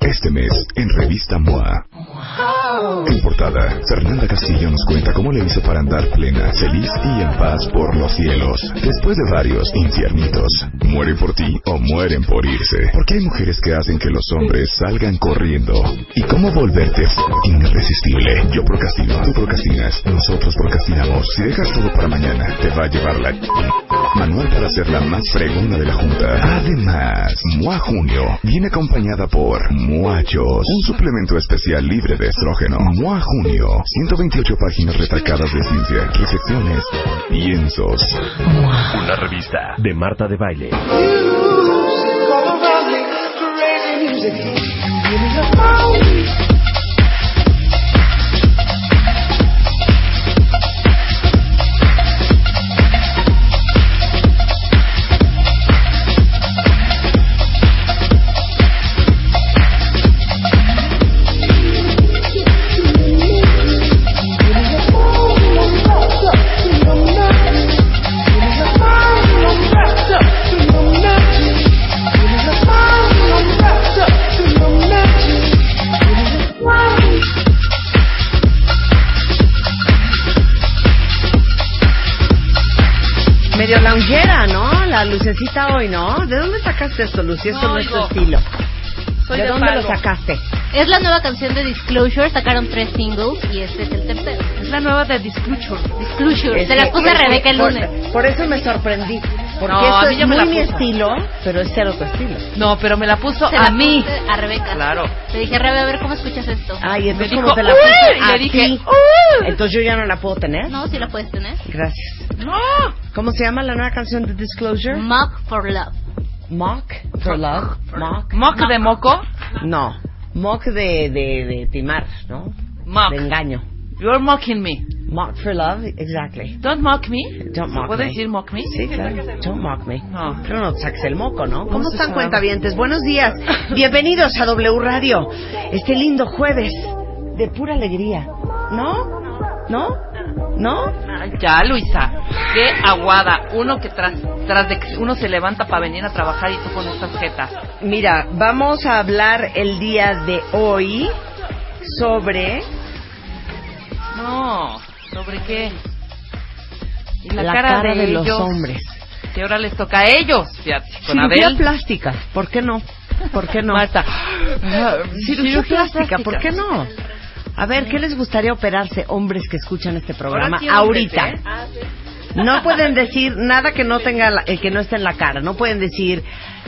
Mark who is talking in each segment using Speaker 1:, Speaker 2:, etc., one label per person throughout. Speaker 1: Este mes, en Revista MOA. En portada, Fernanda Castillo nos cuenta cómo le hizo para andar plena, feliz y en paz por los cielos. Después de varios infiernitos, muere por ti o mueren por irse. Porque hay mujeres que hacen que los hombres salgan corriendo. ¿Y cómo volverte f- irresistible? Yo procrastino, tú procrastinas, nosotros procrastinamos. Si dejas todo para mañana, te va a llevar la... Manual para ser la más fregona de la Junta. Además, MOA Junio viene acompañada por Muachos, un suplemento especial libre de estrógeno. MOA Junio, 128 páginas retracadas de ciencia, reflexiones, piensos.
Speaker 2: Una revista de Marta de Baile.
Speaker 3: Medio loungera, ¿no? La lucecita hoy, ¿no? ¿De dónde sacaste esto, Lucy? Esto no,
Speaker 4: No,
Speaker 3: es tu
Speaker 4: hijo.
Speaker 3: estilo.
Speaker 4: Soy
Speaker 3: ¿De,
Speaker 4: de
Speaker 3: dónde lo
Speaker 4: Palo.
Speaker 3: sacaste?
Speaker 5: Es la nueva canción de Disclosure, sacaron tres singles y este es el tercero.
Speaker 4: Es la nueva de Disclosure.
Speaker 5: Disclosure,
Speaker 3: Es
Speaker 5: se las
Speaker 3: que-
Speaker 5: puse a Rebeca el
Speaker 3: por-
Speaker 5: lunes.
Speaker 3: Por, eso me sorprendí. Porque
Speaker 4: No,
Speaker 3: esto
Speaker 4: a mí
Speaker 3: es
Speaker 4: ya me
Speaker 3: muy
Speaker 4: la
Speaker 3: mi
Speaker 4: puso.
Speaker 3: estilo, pero es cero tu estilo.
Speaker 4: No, pero me la puso
Speaker 5: Se
Speaker 4: a
Speaker 5: la
Speaker 4: mí.
Speaker 5: puse A Rebeca.
Speaker 4: Claro.
Speaker 5: Le dije, Rebe, a ver cómo escuchas esto.
Speaker 3: Ay,
Speaker 4: Me
Speaker 3: entonces
Speaker 4: dijo,
Speaker 3: como te la
Speaker 4: "Uy",
Speaker 3: puse
Speaker 4: y le
Speaker 3: a
Speaker 4: dije,
Speaker 3: ti,
Speaker 4: "Uy".
Speaker 3: entonces yo ya no la puedo tener.
Speaker 5: No, si la puedes tener.
Speaker 3: Gracias.
Speaker 4: No.
Speaker 3: ¿Cómo se llama la nueva canción de Disclosure?
Speaker 5: Mock for Love.
Speaker 3: Mock for Love. Mock.
Speaker 4: Mock de moco.
Speaker 3: No. Mock de, de, de timar, ¿no?
Speaker 4: Mock.
Speaker 3: De engaño.
Speaker 4: You're mocking me.
Speaker 3: Mock for love, exactly.
Speaker 4: Don't mock me.
Speaker 3: Don't mock
Speaker 4: ¿Puedes
Speaker 3: me.
Speaker 4: decir mock me?
Speaker 3: Sí, claro. Don't mock me.
Speaker 4: No.
Speaker 3: Pero no te saques el moco, ¿no? ¿Cómo
Speaker 4: se
Speaker 3: están
Speaker 4: sabe?
Speaker 3: cuentavientes? Buenos días. Bienvenidos a W Radio. Este lindo jueves de pura alegría. ¿No? ¿No? ¿No?
Speaker 4: Ay, Ya, Luisa. Qué aguada. Uno que tras, tras de que uno se levanta para venir a trabajar y tú con estas jetas.
Speaker 3: Mira, vamos a hablar el día de hoy sobre
Speaker 4: No. ¿Sobre qué? Y
Speaker 3: la, cara, de, los
Speaker 4: ellos,
Speaker 3: hombres.
Speaker 4: Que ahora les toca a ellos. Fíjate, con
Speaker 3: Cirugía
Speaker 4: Abel.
Speaker 3: plástica, ¿por qué no? ¿Por qué no? Ah,
Speaker 4: Marta.
Speaker 3: Cirugía plástica, ¿por qué
Speaker 4: plástica.
Speaker 3: no? A ver, ¿qué les gustaría operarse, hombres que escuchan este programa,
Speaker 4: Ahora sí, hombres,
Speaker 3: ahorita?
Speaker 4: ¿eh?
Speaker 3: No pueden decir nada que no tenga la- eh, que no esté en la cara. No pueden decir,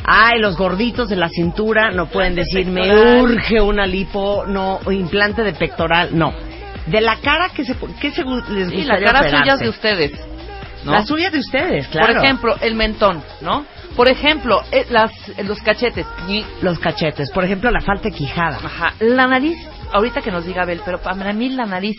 Speaker 3: ay, los gorditos de la cintura. No pueden decir, me
Speaker 4: pectoral.
Speaker 3: urge una lipo, no, o implante de pectoral. No, de la cara que se, ¿qué se gu- les
Speaker 4: Y
Speaker 3: gustaría
Speaker 4: las caras
Speaker 3: operarse?
Speaker 4: suyas de ustedes. ¿no?
Speaker 3: La suya de ustedes, claro.
Speaker 4: Por ejemplo, el mentón, ¿no? Por ejemplo, eh, las, eh, los cachetes. Ñi.
Speaker 3: los cachetes. Por ejemplo, la falta de quijada.
Speaker 4: Ajá. La nariz, ahorita que nos diga Abel, pero para mí la nariz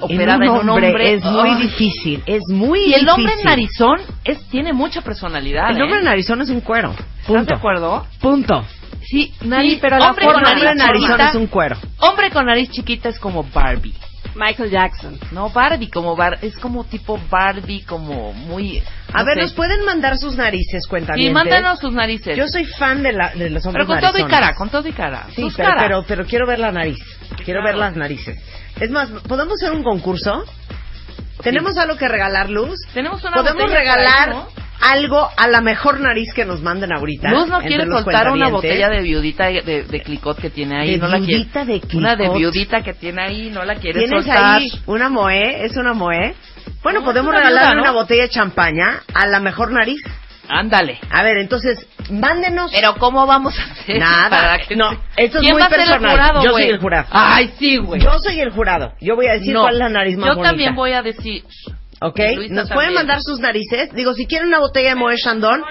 Speaker 4: operada
Speaker 3: en un hombre, es
Speaker 4: ay.
Speaker 3: muy difícil. Es muy
Speaker 4: Y el hombre
Speaker 3: difícil.
Speaker 4: narizón es, tiene mucha personalidad.
Speaker 3: El hombre
Speaker 4: ¿eh?
Speaker 3: narizón es un cuero.
Speaker 4: ¿Estás de
Speaker 3: Punto.
Speaker 4: acuerdo?
Speaker 3: Punto.
Speaker 4: Sí, nariz,
Speaker 3: pero la
Speaker 4: hombre
Speaker 3: forma
Speaker 4: con
Speaker 3: del
Speaker 4: nariz
Speaker 3: narizón
Speaker 4: chiquita-
Speaker 3: es un cuero.
Speaker 4: Hombre con nariz chiquita es como Barbie.
Speaker 6: Michael Jackson.
Speaker 4: No, Barbie, como bar, es como tipo Barbie, como muy.
Speaker 3: A
Speaker 4: no
Speaker 3: ver,
Speaker 4: sé.
Speaker 3: ¿nos pueden mandar sus narices, cuentavientes?
Speaker 4: Y mándanos sus narices.
Speaker 3: Yo soy fan de, la, de los hombres
Speaker 4: pero con todo y
Speaker 3: narizones.
Speaker 4: cara, con todo y cara.
Speaker 3: Sí,
Speaker 4: Sus
Speaker 3: pero,
Speaker 4: caras.
Speaker 3: pero, pero quiero ver la nariz. Quiero
Speaker 4: Claro.
Speaker 3: ver las narices. Es más, ¿podemos hacer un concurso? ¿Tenemos algo que regalar, Luz?
Speaker 4: Tenemos una
Speaker 3: ¿Podemos
Speaker 4: botella por ahí,
Speaker 3: regalar
Speaker 4: ¿no?
Speaker 3: algo a la mejor nariz que nos manden ahorita?
Speaker 4: Luz no
Speaker 3: entre
Speaker 4: quiere
Speaker 3: los
Speaker 4: soltar una
Speaker 3: cuentavientes?
Speaker 4: botella de viudita de, de- de clicot que tiene ahí.
Speaker 3: ¿De
Speaker 4: no la quiere.
Speaker 3: viudita de
Speaker 4: Una de
Speaker 3: clicot?
Speaker 4: viudita que tiene ahí, no la quiere
Speaker 3: ¿Tienes
Speaker 4: soltar.
Speaker 3: ahí una moe? ¿Es una moe? Bueno,
Speaker 4: No,
Speaker 3: podemos
Speaker 4: es una
Speaker 3: regalar
Speaker 4: viuda,
Speaker 3: una
Speaker 4: ¿no?
Speaker 3: botella de champaña a la mejor nariz.
Speaker 4: Ándale.
Speaker 3: A ver, entonces, mándenos...
Speaker 4: Pero ¿cómo vamos a hacer?
Speaker 3: Nada. No, esto es
Speaker 4: ¿Quién
Speaker 3: muy
Speaker 4: va a ser
Speaker 3: personal.
Speaker 4: el jurado,
Speaker 3: Yo soy
Speaker 4: güey?
Speaker 3: el jurado.
Speaker 4: Ay, sí, güey.
Speaker 3: Yo soy el jurado. Yo voy a decir
Speaker 4: No.
Speaker 3: cuál es la nariz más
Speaker 4: Yo
Speaker 3: bonita.
Speaker 4: también voy a decir.
Speaker 3: ¿Ok?
Speaker 4: Luisa
Speaker 3: Nos pueden
Speaker 4: también.
Speaker 3: mandar sus narices. Digo, si quieren una botella de Moe Chandon,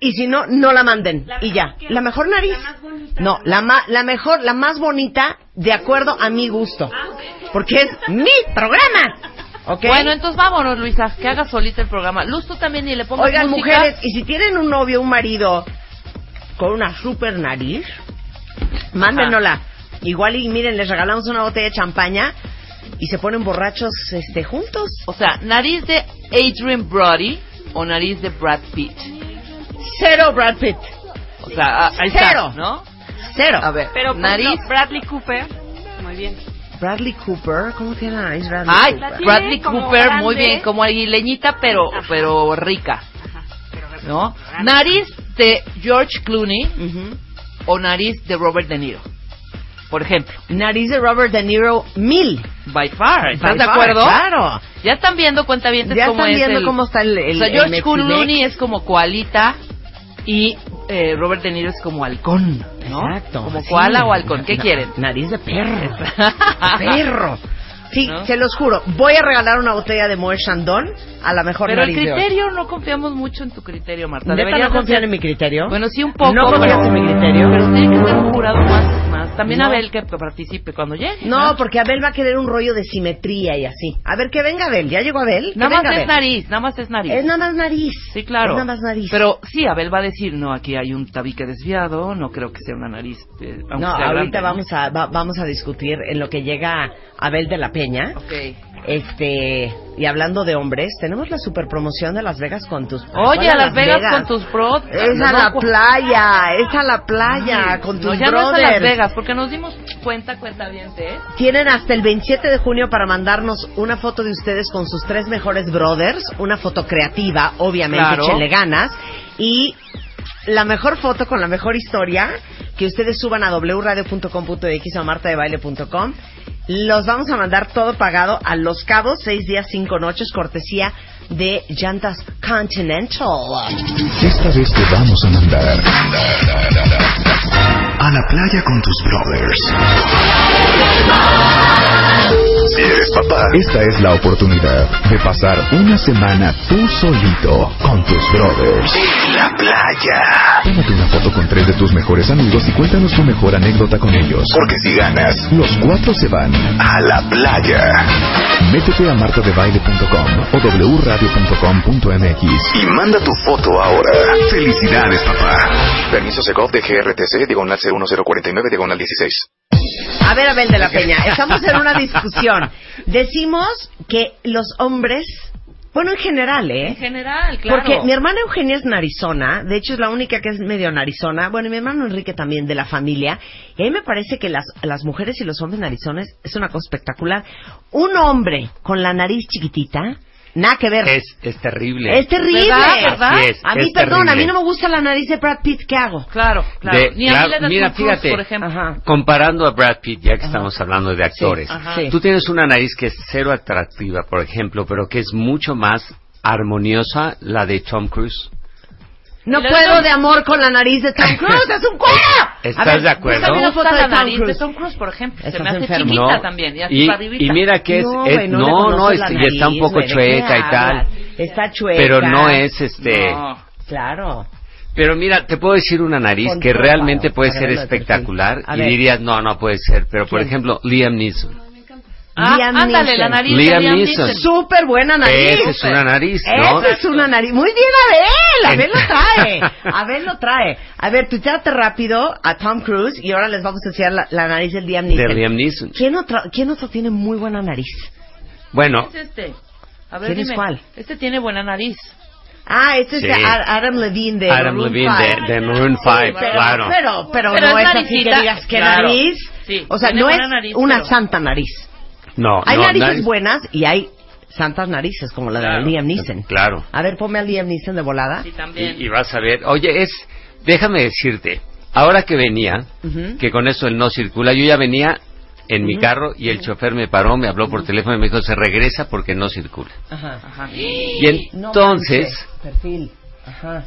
Speaker 3: Y si no, no la manden.
Speaker 6: La
Speaker 3: y
Speaker 6: mejor
Speaker 3: ya.
Speaker 6: que-
Speaker 3: La mejor
Speaker 6: la
Speaker 3: nariz.
Speaker 6: más bonita.
Speaker 3: no, la, ma- la mejor, la más bonita, de acuerdo a mi gusto.
Speaker 6: Ah,
Speaker 3: Porque es mi programa. ¿Ok?
Speaker 4: Bueno, entonces vámonos, Luisa, que haga solita el programa. Luz, tú también y le pongas
Speaker 3: Oigan,
Speaker 4: música.
Speaker 3: mujeres, y si tienen un novio, un marido con una super nariz, mándenosla. Igual y miren, les regalamos una botella de champaña y se ponen borrachos este juntos.
Speaker 4: O sea, nariz de Adrian Brody o nariz de Brad Pitt.
Speaker 3: Cero Brad Pitt.
Speaker 4: O sea, ah, ahí está,
Speaker 3: Cero.
Speaker 4: ¿no?
Speaker 3: Cero.
Speaker 4: A ver,
Speaker 6: Pero por
Speaker 4: nariz.
Speaker 6: ejemplo, Bradley Cooper. Muy bien.
Speaker 3: Bradley Cooper. ¿Cómo tiene la nariz Bradley
Speaker 4: Ay,
Speaker 3: Cooper?
Speaker 6: tiene
Speaker 4: Bradley
Speaker 6: como
Speaker 4: Cooper,
Speaker 6: grande.
Speaker 4: muy
Speaker 3: ¿eh?
Speaker 4: bien, como aguileñita, pero,
Speaker 6: Ajá.
Speaker 4: pero rica,
Speaker 6: Ajá. Pero grande,
Speaker 4: ¿no?
Speaker 6: pero grande.
Speaker 4: Nariz de George Clooney
Speaker 3: Ujú.
Speaker 4: o nariz de Robert De Niro, por ejemplo.
Speaker 3: Nariz de Robert De Niro, mil.
Speaker 4: By far, ¿estás
Speaker 3: By
Speaker 4: de
Speaker 3: far,
Speaker 4: acuerdo?
Speaker 3: Claro.
Speaker 4: Ya están viendo cuentavientes
Speaker 3: Ya
Speaker 4: cómo
Speaker 3: están
Speaker 4: es
Speaker 3: viendo
Speaker 4: el-
Speaker 3: cómo está el. el
Speaker 4: o sea,
Speaker 3: el
Speaker 4: George
Speaker 3: Metzidex.
Speaker 4: Clooney es como koalita y eh, Robert De Niro es como halcón, ¿no?
Speaker 3: Exacto.
Speaker 4: Como
Speaker 3: sí.
Speaker 4: koala o halcón, ¿qué
Speaker 3: Na-
Speaker 4: quieren?
Speaker 3: Nariz de perro. perro. Sí,
Speaker 4: ¿No?
Speaker 3: se los juro. Voy a regalar una botella de Moet Chandon a la mejor
Speaker 4: Pero el
Speaker 3: nariz de hoy.
Speaker 4: criterio, no confiamos mucho en tu criterio, Marta.
Speaker 3: ¿Neta
Speaker 4: Deberías
Speaker 3: no confían
Speaker 4: hacer-
Speaker 3: en mi criterio?
Speaker 4: Bueno, sí, un poco.
Speaker 3: ¿No confías
Speaker 4: pero-
Speaker 3: en mi criterio?
Speaker 4: Pero tiene que ser un jurado más. más. También
Speaker 3: No.
Speaker 4: Abel que, que participe cuando llegue.
Speaker 3: No, porque Abel va a querer un rollo de simetría y así. A ver, que venga Abel. ¿Ya llegó Abel? Que
Speaker 4: Nada
Speaker 3: venga
Speaker 4: más es
Speaker 3: Abel.
Speaker 4: nariz, nada más es nariz.
Speaker 3: Es nada más nariz.
Speaker 4: Sí, claro.
Speaker 3: Es nada más nariz.
Speaker 4: Pero sí, Abel va a decir, no, aquí hay un tabique desviado, no creo que sea una nariz. eh, aunque
Speaker 3: no,
Speaker 4: sea
Speaker 3: ahorita
Speaker 4: grande, ¿no?
Speaker 3: vamos, a, va- vamos a discutir en lo que llega Abel de la Peña.
Speaker 4: Ok.
Speaker 3: Este, y hablando de hombres, tenemos la super promoción de Las Vegas con tus
Speaker 4: Oye,
Speaker 3: ¿Cuál
Speaker 4: a Las Vegas, con tus bros.
Speaker 3: Es
Speaker 4: No,
Speaker 3: a la
Speaker 4: cu-
Speaker 3: playa, es a la playa, con tus
Speaker 4: No, ya no es a Las
Speaker 3: brothers.
Speaker 4: Vegas, porque nos dimos cuenta, cuenta bien, ¿eh?
Speaker 3: Tienen hasta el 27 de junio para mandarnos una foto de ustedes con sus tres mejores brothers, una foto creativa, obviamente,
Speaker 4: Claro.
Speaker 3: échenle ganas, y la mejor foto con la mejor historia que ustedes suban a wradio.com.x o a martadebaile.com. Los vamos a mandar todo pagado a Los Cabos, seis días, cinco noches, cortesía de Llantas Continental.
Speaker 1: Esta vez te vamos a mandar a la playa con tus brothers. Si eres papá, esta es la oportunidad de pasar una semana tú solito con tus brothers. En la playa. Tómate una foto con tres de tus mejores amigos y cuéntanos tu mejor anécdota con ellos. Porque si ganas, los cuatro se van a la playa. Métete a martadebaile.com o wradio.com.mx y manda tu foto ahora. Felicidades, papá. Permiso Segov de GRTC, diagonal 01049, diagonal 16.
Speaker 3: A ver, Abel de la Peña, estamos en una discusión. Decimos que los hombres, bueno, en general, ¿eh?
Speaker 4: En general, claro.
Speaker 3: Porque mi hermana Eugenia es narizona, de hecho es la única que es medio narizona, bueno, y mi hermano Enrique también de la familia, y a mí me parece que las, las mujeres y los hombres narizones es una cosa espectacular. Un hombre con la nariz chiquitita, nada que ver, es,
Speaker 7: Es, es terrible.
Speaker 3: terrible.
Speaker 4: ¿Verdad? ¿Verdad?
Speaker 7: Así es,
Speaker 3: a mí,
Speaker 7: es
Speaker 3: perdón, a mí
Speaker 7: terrible.
Speaker 3: no me gusta la nariz de Brad Pitt, ¿qué hago?
Speaker 4: Claro, claro.
Speaker 7: De-
Speaker 4: Ni a
Speaker 7: claro,
Speaker 4: mí le das
Speaker 7: mira,
Speaker 4: un cruz,
Speaker 7: fíjate.
Speaker 4: por ejemplo.
Speaker 3: Ajá.
Speaker 7: Comparando a Brad Pitt, ya que estamos hablando de actores,
Speaker 3: ajá. Sí.
Speaker 7: tú tienes una nariz que es cero atractiva, por ejemplo, pero que es mucho más armoniosa la de Tom Cruise.
Speaker 3: No
Speaker 4: Le
Speaker 3: puedo
Speaker 4: doy-
Speaker 3: de amor con la nariz de Tom Cruise, es un cuero.
Speaker 7: ¿Estás
Speaker 3: A ver,
Speaker 7: de acuerdo?
Speaker 3: búscame una
Speaker 4: Me gusta
Speaker 3: foto de
Speaker 4: la
Speaker 3: Tom
Speaker 4: nariz de
Speaker 3: Cruise.
Speaker 4: Tom Cruise, por ejemplo. Se
Speaker 3: Estás
Speaker 4: me hace
Speaker 3: enfermo.
Speaker 4: chiquita también. Y, así
Speaker 7: y,
Speaker 4: barriguita.
Speaker 7: y mira que es,
Speaker 3: No,
Speaker 7: es-
Speaker 3: güey, le
Speaker 7: no, no,
Speaker 3: conoces la
Speaker 7: es- y está un
Speaker 3: nariz,
Speaker 7: poco
Speaker 3: güey, ¿de qué
Speaker 7: chueca y
Speaker 3: hablas?
Speaker 7: tal,
Speaker 3: Está chueca.
Speaker 7: pero no es este.
Speaker 4: No.
Speaker 3: Claro.
Speaker 7: Pero mira, te puedo decir una nariz
Speaker 3: Con
Speaker 7: que
Speaker 3: todo,
Speaker 7: realmente
Speaker 3: para-
Speaker 7: puede
Speaker 3: para
Speaker 7: ser
Speaker 3: verlo de perfil.
Speaker 7: espectacular
Speaker 3: A
Speaker 7: y
Speaker 3: ver.
Speaker 7: dirías, no, no puede ser. Pero por
Speaker 3: ¿Quién?
Speaker 7: ejemplo, Liam Neeson.
Speaker 4: Ah,
Speaker 3: Liam
Speaker 4: ándale,
Speaker 3: Neeson.
Speaker 4: la nariz de
Speaker 7: Liam
Speaker 4: Liam
Speaker 7: Neeson.
Speaker 4: Neeson.
Speaker 3: Súper buena nariz.
Speaker 7: Esa es una nariz, ¿no?
Speaker 3: Esa es una nariz. Muy bien, Abel. Abel lo trae. Abel lo trae. A ver, tuiteate rápido a Tom Cruise y ahora les vamos a enseñar la, la nariz del Liam Neeson.
Speaker 7: De Liam Neeson.
Speaker 3: ¿Quién, otro, ¿Quién otro tiene muy buena nariz?
Speaker 7: Bueno,
Speaker 4: ¿Quién es este? A ver,
Speaker 3: ¿Quién es
Speaker 4: dime.
Speaker 3: cuál?
Speaker 4: Este tiene buena nariz.
Speaker 3: Ah, este
Speaker 7: Sí.
Speaker 3: es de Ad- Adam Levine de
Speaker 7: Adam
Speaker 3: Maroon
Speaker 7: Levine de-
Speaker 3: five.
Speaker 7: de Maroon
Speaker 3: Sí,
Speaker 7: 5,
Speaker 3: pero,
Speaker 7: claro.
Speaker 3: Pero, pero,
Speaker 4: Pero
Speaker 3: no es, así
Speaker 4: es
Speaker 3: que
Speaker 4: naricita,
Speaker 3: digas que
Speaker 4: claro.
Speaker 3: nariz.
Speaker 4: Sí,
Speaker 3: o sea,
Speaker 4: tiene
Speaker 3: no es
Speaker 4: buena nariz,
Speaker 3: una
Speaker 4: pero-
Speaker 3: santa nariz.
Speaker 7: no,
Speaker 3: Hay
Speaker 7: no,
Speaker 3: narices
Speaker 7: nariz-
Speaker 3: buenas y hay santas narices, como la
Speaker 7: Claro.
Speaker 3: de Liam Neeson.
Speaker 7: Claro.
Speaker 3: A ver, ponme a Liam Neeson de volada.
Speaker 4: Sí, también.
Speaker 7: Ah. Y, y vas a ver, oye, es, déjame decirte, ahora que venía,
Speaker 3: Ujú.
Speaker 7: que con eso el no circula, yo ya venía en mi carro y el chofer me paró, me habló por teléfono y me dijo, se regresa porque no circula.
Speaker 3: Ajá.
Speaker 4: Ajá.
Speaker 7: Y
Speaker 3: No
Speaker 7: entonces,
Speaker 3: manches, perfil. Ajá.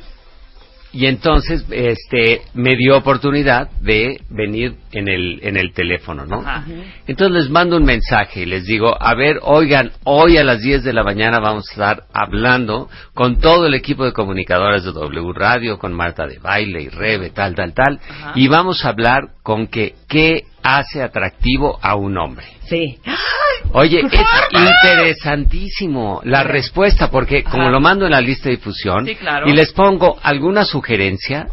Speaker 7: Y entonces este, me dio oportunidad de venir en el, en el teléfono, ¿no?
Speaker 4: Ajá.
Speaker 7: Entonces les mando un mensaje y les digo, a ver, oigan, hoy a las 10 de la mañana vamos a estar hablando con todo el equipo de comunicadoras de W Radio, con Marta de Baile y Rebe, tal, tal, tal,
Speaker 4: Ajá.
Speaker 7: y vamos a hablar con que qué hace atractivo a un hombre.
Speaker 3: Sí.
Speaker 7: Oye, es interesantísimo la respuesta, porque como
Speaker 4: Ajá.
Speaker 7: lo mando en la lista de difusión,
Speaker 4: Sí, claro.
Speaker 7: y les pongo alguna sugerencia,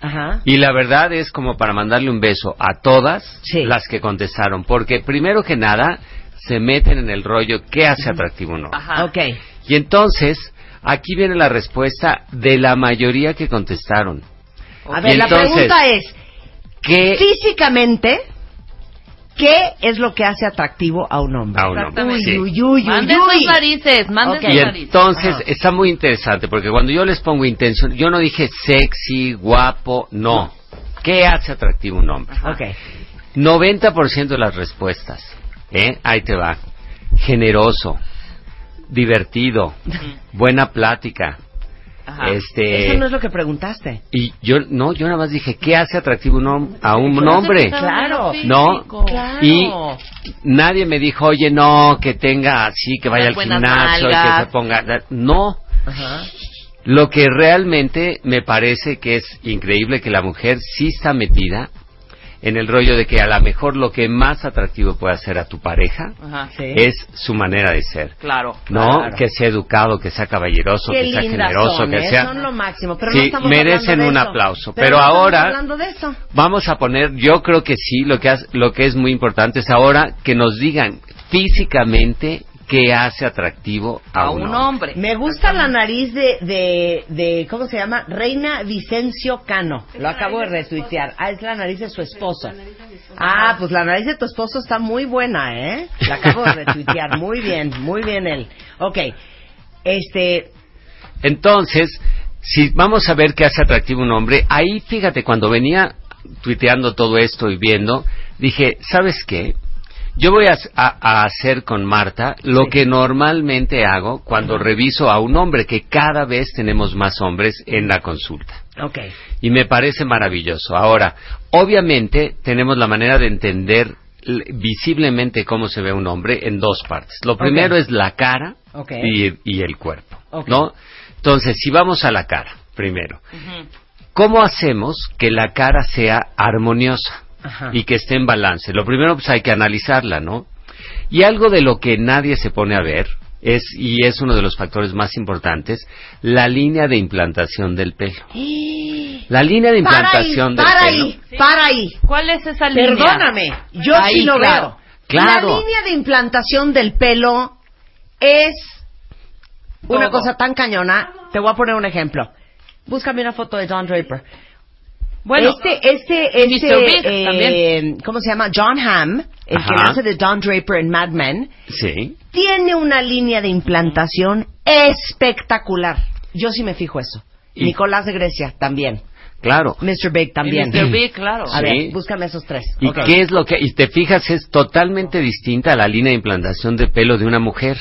Speaker 3: Ajá.
Speaker 7: y la verdad es como para mandarle un beso a todas
Speaker 3: Sí.
Speaker 7: las que contestaron, porque primero que nada se meten en el rollo qué hace atractivo uno.
Speaker 4: Ajá.
Speaker 3: Ok.
Speaker 7: Y entonces, aquí viene la respuesta de la mayoría que contestaron.
Speaker 3: A
Speaker 7: Y
Speaker 3: ver, la
Speaker 7: entonces,
Speaker 3: pregunta es,
Speaker 7: ¿Qué
Speaker 3: físicamente, ¿qué es lo que hace atractivo a un hombre?
Speaker 7: a un hombre?
Speaker 4: Exactamente.
Speaker 7: Sí.
Speaker 3: Uy, uy, uy,
Speaker 4: Manden
Speaker 3: uy.
Speaker 4: sus narices, manden
Speaker 3: Ok.
Speaker 7: Y
Speaker 4: sus narices.
Speaker 7: entonces
Speaker 3: Ajá.
Speaker 7: está muy interesante porque cuando yo les pongo intención, yo no dije sexy, guapo, no. ¿Qué hace atractivo un hombre?
Speaker 3: Ok.
Speaker 7: 90% de las respuestas. ¿eh? Ahí te va. Generoso, divertido, buena plática.
Speaker 4: Ajá.
Speaker 7: Este
Speaker 3: Eso no es lo que preguntaste.
Speaker 7: y yo no, yo nada más dije, ¿qué hace atractivo un hom- a un
Speaker 5: No se
Speaker 7: hombre?
Speaker 5: fijaron en lo
Speaker 3: Claro.
Speaker 5: físico.
Speaker 4: No.
Speaker 7: Y nadie me dijo, "Oye, no, que tenga así, que vaya al
Speaker 4: Unas buenas
Speaker 7: gimnasio, y que
Speaker 4: nalgas.
Speaker 7: se ponga no."
Speaker 3: Ajá.
Speaker 7: Lo que realmente me parece que es increíble que la mujer sí está metida en el rollo de que a lo mejor lo que más atractivo puede hacer a tu pareja
Speaker 4: Ajá.
Speaker 3: Sí.
Speaker 7: es su manera de ser.
Speaker 4: Claro.
Speaker 7: ¿No?
Speaker 3: Claro.
Speaker 7: Que sea educado, que sea caballeroso,
Speaker 3: Qué
Speaker 7: que sea
Speaker 3: lindas
Speaker 7: generoso,
Speaker 3: son,
Speaker 7: que
Speaker 3: ¿eh?
Speaker 7: sea...
Speaker 3: son lo máximo. Pero
Speaker 7: Sí,
Speaker 3: no estamos
Speaker 7: merecen
Speaker 3: hablando de
Speaker 7: un
Speaker 3: eso.
Speaker 7: aplauso,
Speaker 3: Pero,
Speaker 7: pero
Speaker 3: no estamos
Speaker 7: ahora-
Speaker 3: hablando de eso.
Speaker 7: Vamos a poner, yo creo que sí, lo que, has- lo que es muy importante es ahora que nos digan físicamente qué hace atractivo a,
Speaker 4: A un hombre.
Speaker 3: Me gusta la nariz de, de, de- ¿cómo se llama? Reina Vicencio Cano. Lo acabo de retuitear. Ah, es la nariz de su esposo. Ah, pues la nariz de tu esposo está muy buena, ¿eh? La acabo de retuitear. Muy bien, muy bien él. Ok. Este,
Speaker 7: Entonces, si vamos a ver qué hace atractivo un hombre, ahí fíjate, cuando venía tuiteando todo esto y viendo, dije, ¿sabes qué? Yo voy a, a- a hacer con Marta lo
Speaker 3: Sí.
Speaker 7: que normalmente hago cuando reviso a un hombre, que cada vez tenemos más hombres en la consulta
Speaker 3: ok.
Speaker 7: y me parece maravilloso. Ahora, obviamente tenemos la manera de entender l- visiblemente cómo se ve un hombre en dos partes. Lo primero es la cara
Speaker 3: Ok.
Speaker 7: y, y el cuerpo,
Speaker 3: Ok.
Speaker 7: ¿no? Entonces, si vamos a la cara primero, ¿cómo hacemos que la cara sea armoniosa
Speaker 3: Ajá.
Speaker 7: y que esté en balance? Lo primero pues hay que analizarla, ¿no? Y algo de lo que nadie se pone a ver es y es uno de los factores más importantes, la línea de implantación del pelo. La línea de
Speaker 3: Para ahí,
Speaker 7: implantación del
Speaker 3: para
Speaker 7: pelo.
Speaker 3: ahí, para ahí.
Speaker 4: ¿Cuál es esa línea?
Speaker 3: Perdóname, yo
Speaker 7: Ahí,
Speaker 3: sí lo
Speaker 7: claro,
Speaker 3: veo.
Speaker 7: claro.
Speaker 3: La línea de implantación del pelo es una
Speaker 4: Todo.
Speaker 3: cosa tan cañona. Te voy a poner un ejemplo. Búscame una foto de John Draper.
Speaker 4: Bueno,
Speaker 3: este, este,
Speaker 4: y
Speaker 3: este,
Speaker 4: Mr. Big
Speaker 3: eh,
Speaker 4: también.
Speaker 3: ¿cómo se llama? John Hamm, el que
Speaker 7: Ajá.
Speaker 3: lo hace de John Draper en Mad Men,
Speaker 7: Sí.
Speaker 3: tiene una línea de implantación espectacular. Yo sí me fijo eso.
Speaker 7: Y-
Speaker 3: Nicolás de Grecia también.
Speaker 7: Claro.
Speaker 3: Mr. Big también.
Speaker 4: Mr. B, claro.
Speaker 3: A
Speaker 7: Sí.
Speaker 3: ver, búscame esos tres.
Speaker 7: ¿Y
Speaker 3: Ok.
Speaker 7: qué es lo que y te fijas es totalmente distinta a la línea de implantación de pelo de una mujer?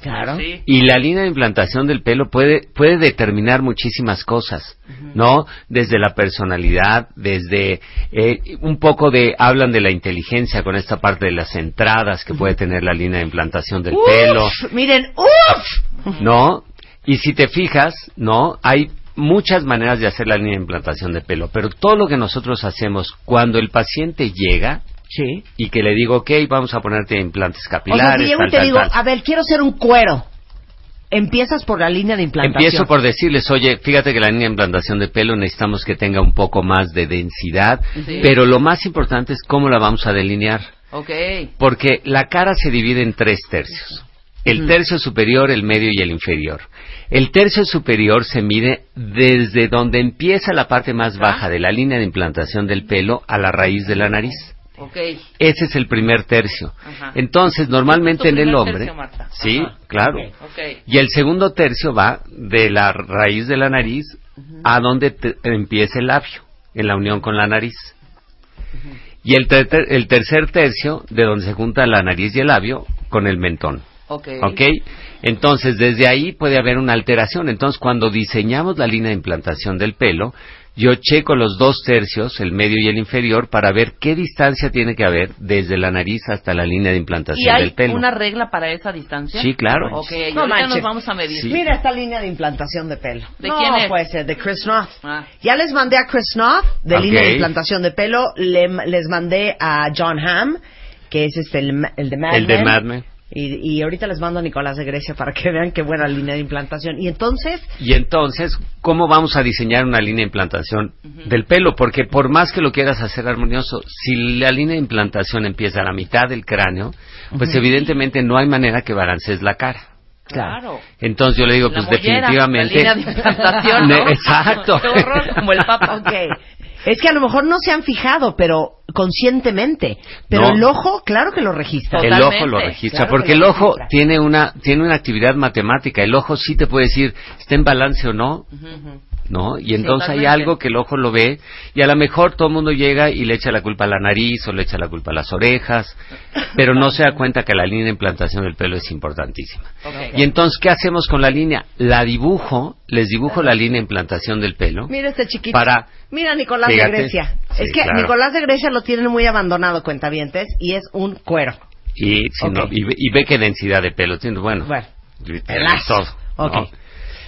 Speaker 3: Claro.
Speaker 4: Sí.
Speaker 7: Y la línea de implantación del pelo puede puede determinar muchísimas cosas, ¿no? Desde la personalidad, desde eh, un poco de hablan de la inteligencia con esta parte de las entradas que puede tener la línea de implantación del pelo.
Speaker 3: Uf, miren, uff.
Speaker 7: ¿no? Y si te fijas, ¿no? Hay muchas maneras de hacer la línea de implantación de pelo, pero todo lo que nosotros hacemos cuando el paciente llega
Speaker 3: Sí.
Speaker 7: y que le digo, ok, vamos a ponerte implantes
Speaker 3: O sea, si
Speaker 7: capilares,
Speaker 3: llego y
Speaker 7: tal,
Speaker 3: te
Speaker 7: tal,
Speaker 3: digo,
Speaker 7: tal.
Speaker 3: a ver, quiero ser un cuero. Empiezas por la línea de implantación.
Speaker 7: Empiezo por decirles, oye, fíjate que la línea de implantación de pelo necesitamos que tenga un poco más de densidad,
Speaker 4: Sí.
Speaker 7: pero lo más importante es cómo la vamos a delinear.
Speaker 4: Ok.
Speaker 7: Porque la cara se divide en tres tercios. El tercio superior, el medio y el inferior. El tercio superior se mide desde donde empieza la parte más baja de la línea de implantación del pelo a la raíz de la nariz.
Speaker 4: Ok.
Speaker 7: Ese es el primer tercio.
Speaker 4: Ajá.
Speaker 7: Entonces, normalmente
Speaker 4: Tu
Speaker 7: en el
Speaker 4: primer
Speaker 7: hombre...
Speaker 4: tercio, Marta.
Speaker 7: sí, claro.
Speaker 4: Ok.
Speaker 7: Y el segundo tercio va de la raíz de la nariz a donde te- empieza el labio, en la unión con la nariz. Y el, ter- ter- el tercer tercio de donde se junta la nariz y el labio con el mentón.
Speaker 4: Ok.
Speaker 7: ¿Ok? Entonces, desde ahí puede haber una alteración. Entonces, cuando diseñamos la línea de implantación del pelo, yo checo los dos tercios, el medio y el inferior, para ver qué distancia tiene que haber desde la nariz hasta la línea de
Speaker 4: ¿Y
Speaker 7: implantación
Speaker 4: hay
Speaker 7: del pelo.
Speaker 4: una regla para esa distancia?
Speaker 7: Sí, claro.
Speaker 4: Ok,
Speaker 3: No
Speaker 4: ahorita
Speaker 3: manches.
Speaker 4: nos vamos a medir.
Speaker 7: Sí.
Speaker 3: Mira esta línea de implantación de pelo.
Speaker 4: ¿De
Speaker 3: no,
Speaker 4: quién es?
Speaker 3: puede ser, de Chris North.
Speaker 4: Ah.
Speaker 3: Ya les mandé a Chris North de
Speaker 7: Ok.
Speaker 3: línea de implantación de pelo. Le- les mandé a John Hamm, que es este, el, ma- el de Mad
Speaker 7: El de
Speaker 3: Men.
Speaker 7: Mad Men.
Speaker 3: Y, y ahorita les mando a Nicolás de Grecia para que vean qué buena línea de implantación. Y entonces,
Speaker 7: Y entonces, ¿cómo vamos a diseñar una línea de implantación del pelo? Porque por más que lo quieras hacer armonioso, si la línea de implantación empieza a la mitad del cráneo, pues evidentemente no hay manera que balancees la cara.
Speaker 4: Claro.
Speaker 7: Entonces yo le digo,
Speaker 4: La
Speaker 7: pues
Speaker 4: mollera,
Speaker 7: definitivamente...
Speaker 4: La línea de implantación, ¿no?
Speaker 7: Ne- Exacto.
Speaker 4: Qué horror, como el papa.
Speaker 3: ok. Es que a lo mejor no se han fijado, pero conscientemente. Pero
Speaker 7: No.
Speaker 3: el ojo, claro que lo registra.
Speaker 4: Total.
Speaker 7: El
Speaker 4: Totalmente.
Speaker 7: ojo lo registra,
Speaker 3: Claro que
Speaker 7: porque
Speaker 3: lo
Speaker 7: el ojo
Speaker 3: registra.
Speaker 7: tiene una, tiene una actividad matemática. El ojo sí te puede decir, está en balance o no, ¿no? Y entonces
Speaker 4: Totalmente.
Speaker 7: hay algo que el ojo lo ve y a lo mejor todo el mundo llega y le echa la culpa a la nariz o le echa la culpa a las orejas, pero no se da cuenta que la línea de implantación del pelo es importantísima. Y entonces, ¿qué hacemos con la línea? La dibujo, les dibujo la línea de implantación del pelo.
Speaker 3: Mira este chiquito.
Speaker 7: Para-
Speaker 3: Mira a Nicolás
Speaker 7: Fíjate.
Speaker 3: de Grecia.
Speaker 7: Sí,
Speaker 3: es que
Speaker 7: claro.
Speaker 3: Nicolás de Grecia lo tienen muy abandonado, cuentavientes, y es un cuero.
Speaker 7: Y, si
Speaker 3: Ok.
Speaker 7: no- y, ve- y ve qué densidad de pelo tiene. Bueno,
Speaker 3: Bueno.
Speaker 7: tiene
Speaker 3: Pelazo.
Speaker 7: todo, ¿no?
Speaker 3: Ok.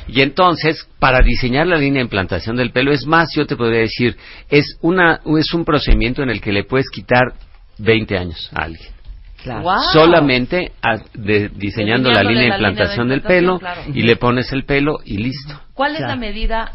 Speaker 7: Y entonces, para diseñar la línea de implantación del pelo, es más, yo te podría decir, es, una, es un procedimiento en el que le puedes quitar 20 años a alguien.
Speaker 3: Claro.
Speaker 4: Guau.
Speaker 7: Solamente a- de- diseñando
Speaker 4: Diseñándole
Speaker 7: la línea de
Speaker 4: la
Speaker 7: implantación
Speaker 4: línea de
Speaker 7: del pelo
Speaker 4: implantación, claro.
Speaker 7: y le pones el pelo y listo.
Speaker 4: ¿Cuál es
Speaker 3: Claro.
Speaker 4: la medida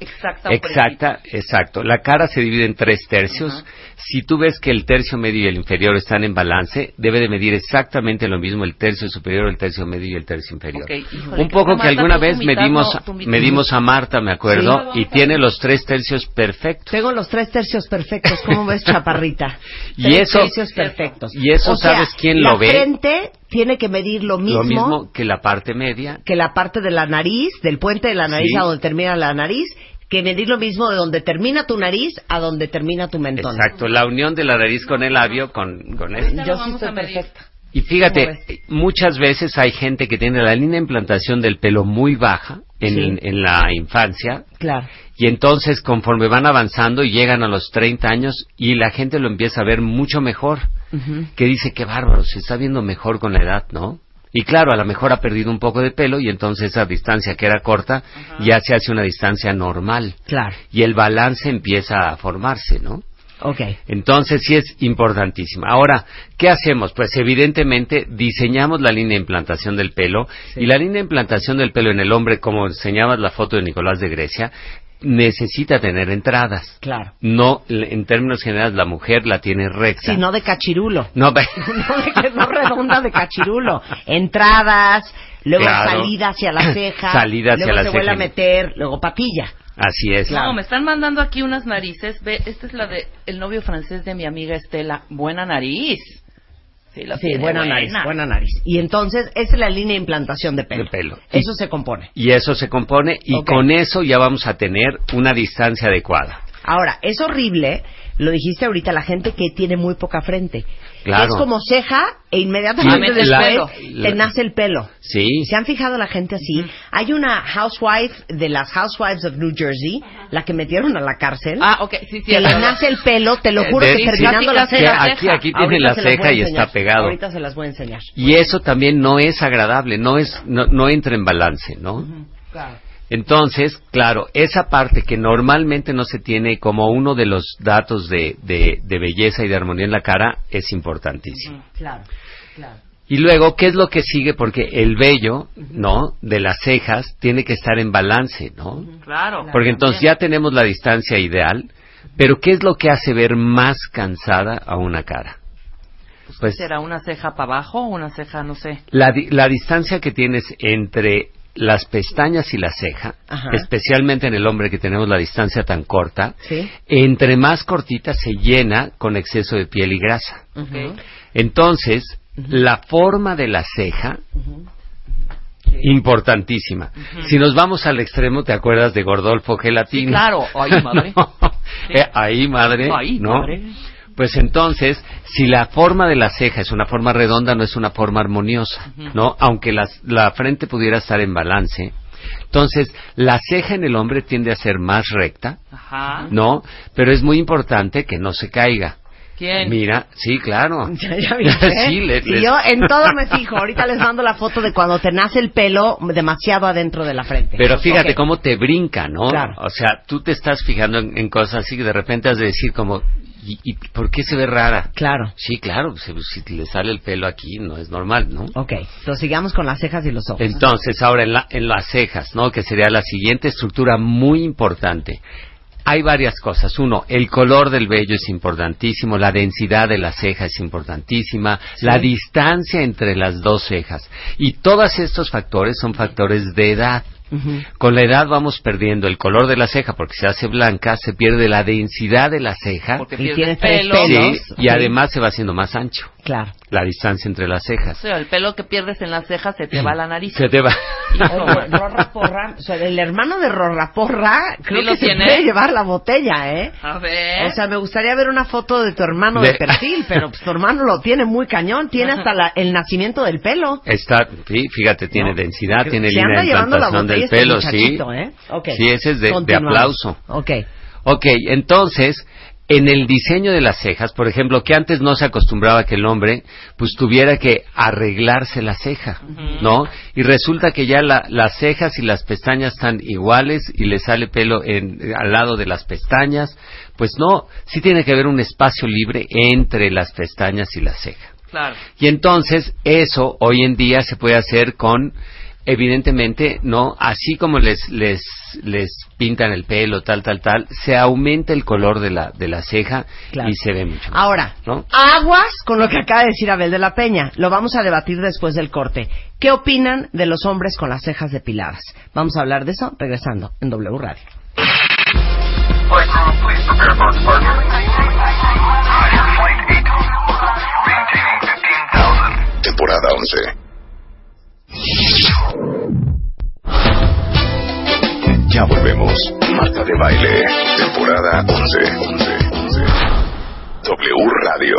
Speaker 4: exacta? o
Speaker 7: Exacta, exacto. La cara se divide en tres tercios.
Speaker 4: Ajá.
Speaker 7: Si tú ves que el tercio medio y el inferior están en balance, debe de medir exactamente lo mismo el tercio superior, el tercio medio y el tercio inferior.
Speaker 4: Ok, híjole,
Speaker 7: Un
Speaker 4: que
Speaker 7: poco
Speaker 4: tú,
Speaker 7: que alguna
Speaker 4: Marta, tú
Speaker 7: vez
Speaker 4: mitad,
Speaker 7: medimos,
Speaker 4: no, tú mitad.
Speaker 7: medimos a Marta, me acuerdo, y tiene los tres tercios perfectos.
Speaker 3: Tengo los tres tercios perfectos. ¿Cómo ves, chaparrita?
Speaker 7: Y
Speaker 3: tres
Speaker 7: eso-
Speaker 3: tercios perfectos.
Speaker 7: y eso
Speaker 3: O sea,
Speaker 7: ¿sabes quién lo ve?
Speaker 3: La frente tiene que medir lo mismo,
Speaker 7: Lo mismo que la parte media.
Speaker 3: que la parte de la nariz, del puente de la nariz
Speaker 7: Sí.
Speaker 3: a donde termina la nariz, que medir lo mismo de donde termina tu nariz a donde termina tu mentón.
Speaker 7: Exacto, la unión de la nariz con el labio, con, con esto.
Speaker 4: Ahorita
Speaker 3: Yo
Speaker 4: lo
Speaker 3: sí
Speaker 4: vamos
Speaker 3: soy
Speaker 4: a medir.
Speaker 3: perfecta.
Speaker 7: Y
Speaker 3: ¿Cómo
Speaker 7: fíjate, muchas veces hay gente que tiene la línea de implantación del pelo muy baja en,
Speaker 3: Sí.
Speaker 7: en la infancia
Speaker 3: Claro.
Speaker 7: y entonces conforme van avanzando llegan a los 30 años y la gente lo empieza a ver mucho mejor,
Speaker 3: Ujú.
Speaker 7: que dice que bárbaro, se está viendo mejor con la edad, ¿no? Y claro, a lo mejor ha perdido un poco de pelo y entonces esa distancia que era corta ya se hace una distancia normal
Speaker 3: Claro.
Speaker 7: y el balance empieza a formarse, ¿no?
Speaker 3: Ok.
Speaker 7: Entonces sí es importantísima. Ahora, ¿qué hacemos? Pues evidentemente diseñamos la línea de implantación del pelo y la línea de implantación del pelo en el hombre, como enseñabas la foto de Nicolás de Grecia, necesita tener entradas.
Speaker 3: Claro.
Speaker 7: No, l- en términos generales, la mujer la tiene recta.
Speaker 3: Si no de cachirulo.
Speaker 7: No, ve-
Speaker 3: No, de que no redonda de cachirulo. Entradas, luego
Speaker 7: Claro.
Speaker 3: salida hacia la ceja.
Speaker 7: Salida hacia
Speaker 3: luego
Speaker 7: la
Speaker 3: se vuelve a
Speaker 7: ceja.
Speaker 3: meter, luego patilla.
Speaker 7: Así es.
Speaker 4: No, me están mandando aquí unas narices. Ve, esta es la de el novio francés de mi amiga Estela. Buena nariz. Sí, la
Speaker 3: Sí,
Speaker 4: tiene
Speaker 3: buena nariz, buena nariz. Y entonces, esa es la línea de implantación de pelo.
Speaker 7: De pelo.
Speaker 3: Eso se compone.
Speaker 7: Y eso se compone y
Speaker 3: Ok.
Speaker 7: con eso ya vamos a tener una distancia adecuada.
Speaker 3: Ahora, es horrible, lo dijiste ahorita, la gente que tiene muy poca frente.
Speaker 7: Claro.
Speaker 3: Es como ceja e inmediatamente
Speaker 7: Sí,
Speaker 3: después
Speaker 7: la- la-
Speaker 3: te nace el pelo.
Speaker 7: Sí.
Speaker 3: ¿Se han fijado la gente así? Hay una housewife de las Housewives of New Jersey, la que metieron a la cárcel.
Speaker 4: Ah, ok, sí, sí.
Speaker 3: que le
Speaker 4: la-
Speaker 3: nace el pelo, te lo juro
Speaker 7: Eh, De-
Speaker 3: que
Speaker 7: sí.
Speaker 3: terminando la
Speaker 4: Que
Speaker 3: ceja.
Speaker 7: aquí- aquí tiene
Speaker 3: Ahorita
Speaker 7: la
Speaker 3: se las
Speaker 7: ceja
Speaker 3: voy a
Speaker 7: y
Speaker 3: enseñar.
Speaker 7: está pegado.
Speaker 3: Ahorita se las voy a enseñar.
Speaker 7: Y eso también no es agradable, no es, no, no entra en balance, ¿no? Entonces, claro, esa parte que normalmente no se tiene como uno de los datos de, de- de belleza y de armonía en la cara es importantísimo.
Speaker 3: Claro.
Speaker 7: Y luego, ¿qué es lo que sigue? Porque el vello, ¿no? De las cejas tiene que estar en balance, ¿no?
Speaker 4: Claro.
Speaker 7: Porque entonces ya tenemos la distancia ideal, pero ¿qué es lo que hace ver más cansada a una cara? Pues
Speaker 4: ¿Será una ceja para abajo o una ceja, no sé?
Speaker 7: La, di- la distancia que tienes entre las pestañas y la ceja,
Speaker 3: Ajá.
Speaker 7: especialmente en el hombre que tenemos la distancia tan corta,
Speaker 3: Sí.
Speaker 7: entre más cortita se llena con exceso de piel y grasa.
Speaker 4: Ok.
Speaker 7: Entonces, la forma de la ceja, importantísima. Si nos vamos al extremo, ¿te acuerdas de Gordolfo Gelatina?
Speaker 4: Sí, claro. Ay, madre.
Speaker 7: No. Eh, ahí, madre.
Speaker 4: Ay,
Speaker 7: ¿no?
Speaker 4: madre.
Speaker 7: Pues entonces, si la forma de la ceja es una forma redonda, no es una forma armoniosa, ¿no? Aunque las- la frente pudiera estar en balance. Entonces, la ceja en el hombre tiende a ser más recta,
Speaker 4: Ajá.
Speaker 7: ¿no? Pero es muy importante que no se caiga.
Speaker 4: ¿Quién?
Speaker 7: Mira, sí, claro.
Speaker 3: Ya, ya viste. ¿eh?
Speaker 7: Sí, le-
Speaker 3: Y
Speaker 7: les-
Speaker 3: yo en todo me fijo. Ahorita les mando la foto de cuando te nace el pelo demasiado adentro de la frente.
Speaker 7: Pero fíjate
Speaker 3: Ok.
Speaker 7: cómo te brinca, ¿no?
Speaker 3: Claro.
Speaker 7: O sea, tú te estás fijando en, en cosas así que de repente has de decir como, ¿y, y por qué se ve rara?
Speaker 3: Claro.
Speaker 7: Sí, claro, si, si le sale el pelo aquí no es normal, ¿no?
Speaker 3: Ok. Entonces sigamos con las cejas y los ojos.
Speaker 7: Entonces, ahora en, la- en las cejas, ¿no? Que sería la siguiente estructura muy importante. Hay varias cosas. Uno, el color del vello es importantísimo, la densidad de la ceja es importantísima, la distancia entre las dos cejas. Y todos estos factores son factores de edad.
Speaker 3: Ujú.
Speaker 7: Con la edad vamos perdiendo el color de la ceja porque se hace blanca, se pierde la densidad de la ceja
Speaker 4: Porque
Speaker 3: Y
Speaker 4: pierdes
Speaker 3: tienes tres
Speaker 4: pelo.
Speaker 7: Sí,
Speaker 3: pelos.
Speaker 7: y además se va haciendo más ancho
Speaker 3: Claro.
Speaker 7: la distancia entre las
Speaker 4: O
Speaker 7: cejas.
Speaker 4: sea, el pelo que pierdes en las cejas se te va a la nariz.
Speaker 7: Se te va.
Speaker 3: Oye, Rorra Porra, o sea, el hermano de Rorra Porra, creo
Speaker 4: ¿Sí lo
Speaker 3: que se
Speaker 4: tiene?
Speaker 3: puede llevar la botella, ¿eh?
Speaker 4: A ver.
Speaker 3: O sea, me gustaría ver una foto de tu hermano de,
Speaker 7: De-
Speaker 3: perfil, pero pues, tu hermano lo tiene muy cañón, tiene hasta la- el nacimiento del pelo.
Speaker 7: Está, sí, fíjate, tiene
Speaker 3: No.
Speaker 7: densidad, tiene
Speaker 3: Se
Speaker 7: línea
Speaker 3: anda
Speaker 7: de
Speaker 3: llevando la
Speaker 7: implantación
Speaker 3: botella
Speaker 7: del
Speaker 3: este
Speaker 7: pelo, sí.
Speaker 3: muchachito, ¿eh? Ok.
Speaker 7: Sí, ese es de- de
Speaker 3: Continuamos.
Speaker 7: aplauso.
Speaker 3: Ok.
Speaker 7: Ok, entonces, en el diseño de las cejas, por ejemplo, que antes no se acostumbraba que el hombre, pues tuviera que arreglarse la ceja, ¿no? Y resulta que ya la- las cejas y las pestañas están iguales y le sale pelo en- al lado de las pestañas. Pues no, sí tiene que haber un espacio libre entre las pestañas y la ceja.
Speaker 4: claro.
Speaker 7: Y entonces eso hoy en día se puede hacer con, evidentemente, no, así como les les les pintan el pelo, tal, tal, tal, se aumenta el color de la de la ceja
Speaker 3: Claro. Ah.
Speaker 7: y se ve mucho. más,
Speaker 3: Ahora,
Speaker 7: ¿no?
Speaker 3: aguas con lo que acaba de decir Abel de la Peña. Lo vamos a debatir después del corte. ¿Qué opinan de los hombres con las cejas depiladas? Vamos a hablar de eso regresando en W Radio.
Speaker 1: Temporada 11. Ya volvemos. Marta de Baile. Temporada 11. 11, 11. W Radio.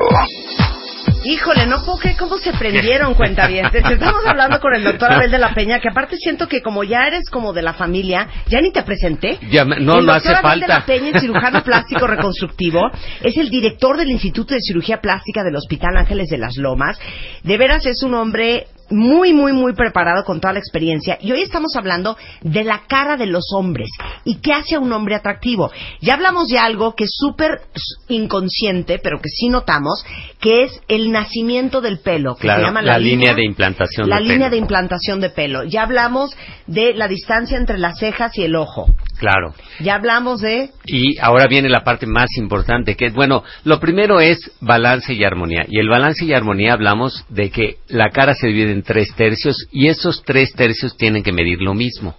Speaker 3: Híjole, no puedo creer cómo se prendieron, cuentavientes. Estamos hablando con el doctor Abel de la Peña, que aparte siento que como ya eres como de la familia, ya ni te presenté.
Speaker 7: Ya me- no,
Speaker 3: el
Speaker 7: no
Speaker 3: doctor
Speaker 7: hace
Speaker 3: Abel de la
Speaker 7: falta.
Speaker 3: Peña es cirujano plástico reconstructivo, es el director del Instituto de Cirugía Plástica del Hospital Ángeles de las Lomas. De veras es un hombre muy, muy, muy preparado con toda la experiencia. Y hoy estamos hablando de la cara de los hombres y qué hace a un hombre atractivo. Ya hablamos de algo que es súper inconsciente, pero que sí notamos, que es el nacimiento del pelo, que
Speaker 7: Claro,
Speaker 3: se llama
Speaker 7: la línea de implantación
Speaker 3: La
Speaker 7: de
Speaker 3: línea
Speaker 7: pelo.
Speaker 3: de implantación de pelo. Ya hablamos de la distancia entre las cejas y el ojo.
Speaker 7: Claro.
Speaker 3: Ya hablamos de
Speaker 7: Y ahora viene la parte más importante, que es, bueno, lo primero es balance y armonía. Y el balance y armonía hablamos de que la cara se divide en tres tercios y esos tres tercios tienen que medir lo mismo,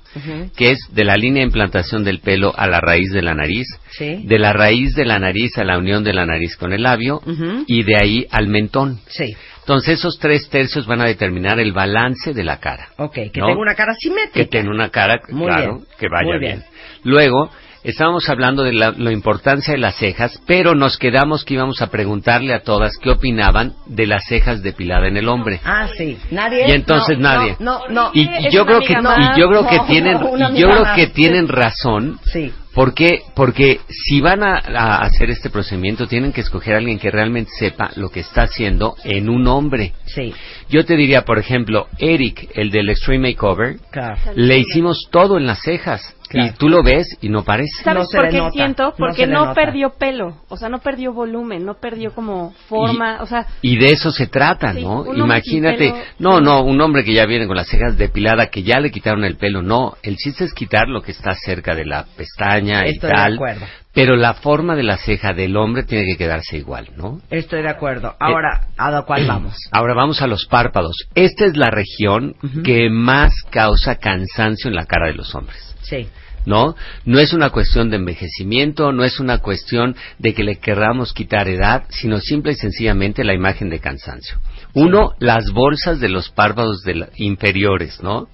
Speaker 7: que es de la línea de implantación del pelo a la raíz de la nariz,
Speaker 3: Sí.
Speaker 7: de la raíz de la nariz a la unión de la nariz con el labio
Speaker 3: Ujú.
Speaker 7: y de ahí al mentón.
Speaker 3: Sí,
Speaker 7: Entonces esos tres tercios van a determinar el balance de la cara.
Speaker 3: ok, que
Speaker 7: ¿no?
Speaker 3: tenga una cara simétrica.
Speaker 7: Que tenga una cara,
Speaker 3: Muy
Speaker 7: claro,
Speaker 3: bien,
Speaker 7: que vaya
Speaker 3: muy
Speaker 7: bien.
Speaker 3: bien.
Speaker 7: Luego, estábamos hablando de la, la importancia de las cejas, pero nos quedamos que íbamos a preguntarle a todas qué opinaban de las cejas depiladas en el hombre.
Speaker 3: Ah, sí, nadie.
Speaker 7: Y entonces
Speaker 3: No,
Speaker 7: nadie.
Speaker 3: No, no. eh, no.
Speaker 7: Y, y yo creo que y yo creo que tienen y yo creo que tienen razón
Speaker 3: Sí.
Speaker 7: porque porque si van a, a hacer este procedimiento tienen que escoger a alguien que realmente sepa lo que está haciendo en un hombre.
Speaker 3: Sí,
Speaker 7: Yo te diría, por ejemplo, Eric, el del Extreme Makeover,
Speaker 3: claro.
Speaker 7: le hicimos todo en las cejas.
Speaker 3: Claro.
Speaker 7: Y tú lo ves y no parece.
Speaker 6: ¿Sabes
Speaker 3: No se
Speaker 6: por
Speaker 3: le
Speaker 6: qué
Speaker 3: nota, no
Speaker 6: siento?
Speaker 3: se
Speaker 6: Porque
Speaker 3: le
Speaker 6: no,
Speaker 3: nota.
Speaker 6: perdió pelo, o sea, no perdió volumen, no perdió como forma, o sea,
Speaker 7: Y de eso se trata,
Speaker 6: Sí,
Speaker 7: ¿no?
Speaker 6: un hombre
Speaker 7: Imagínate.
Speaker 6: sin pelo.
Speaker 7: No, no, un hombre que ya viene con las cejas depiladas, que ya le quitaron el pelo. No, el chiste es quitar lo que está cerca de la pestaña
Speaker 3: Estoy
Speaker 7: y
Speaker 3: de
Speaker 7: tal.
Speaker 3: acuerdo.
Speaker 7: Pero la forma de la ceja del hombre tiene que quedarse igual, ¿no?
Speaker 3: Estoy de
Speaker 7: Eh,
Speaker 3: acuerdo. Ahora, ¿a lo cual vamos?
Speaker 7: Ahora vamos a los párpados. Esta es la región que más causa cansancio en la cara de los hombres.
Speaker 3: Sí.
Speaker 7: ¿no? No es una cuestión de envejecimiento, no es una cuestión de que le querramos quitar edad, sino simple y sencillamente la imagen de cansancio. Uno, las bolsas de los párpados de la- inferiores, ¿no?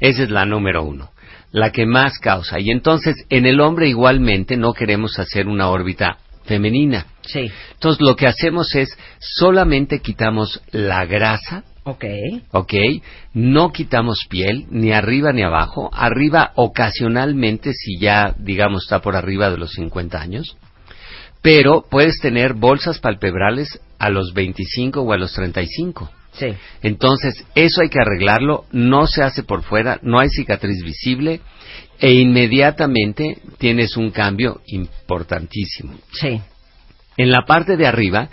Speaker 7: Esa es la número uno, la que más causa. Y entonces, en el hombre igualmente no queremos hacer una órbita femenina.
Speaker 3: Sí.
Speaker 7: Entonces lo que hacemos es solamente quitamos la grasa,
Speaker 3: Ok.
Speaker 7: ¿ok? No quitamos piel, ni arriba ni abajo. Arriba ocasionalmente si ya, digamos, está por arriba de los 50 años. Pero puedes tener bolsas palpebrales a los 25 o a los 35.
Speaker 3: Sí.
Speaker 7: Entonces, eso hay que arreglarlo, no se hace por fuera, no hay cicatriz visible e inmediatamente tienes un cambio importantísimo.
Speaker 3: Sí.
Speaker 7: En la parte de arriba,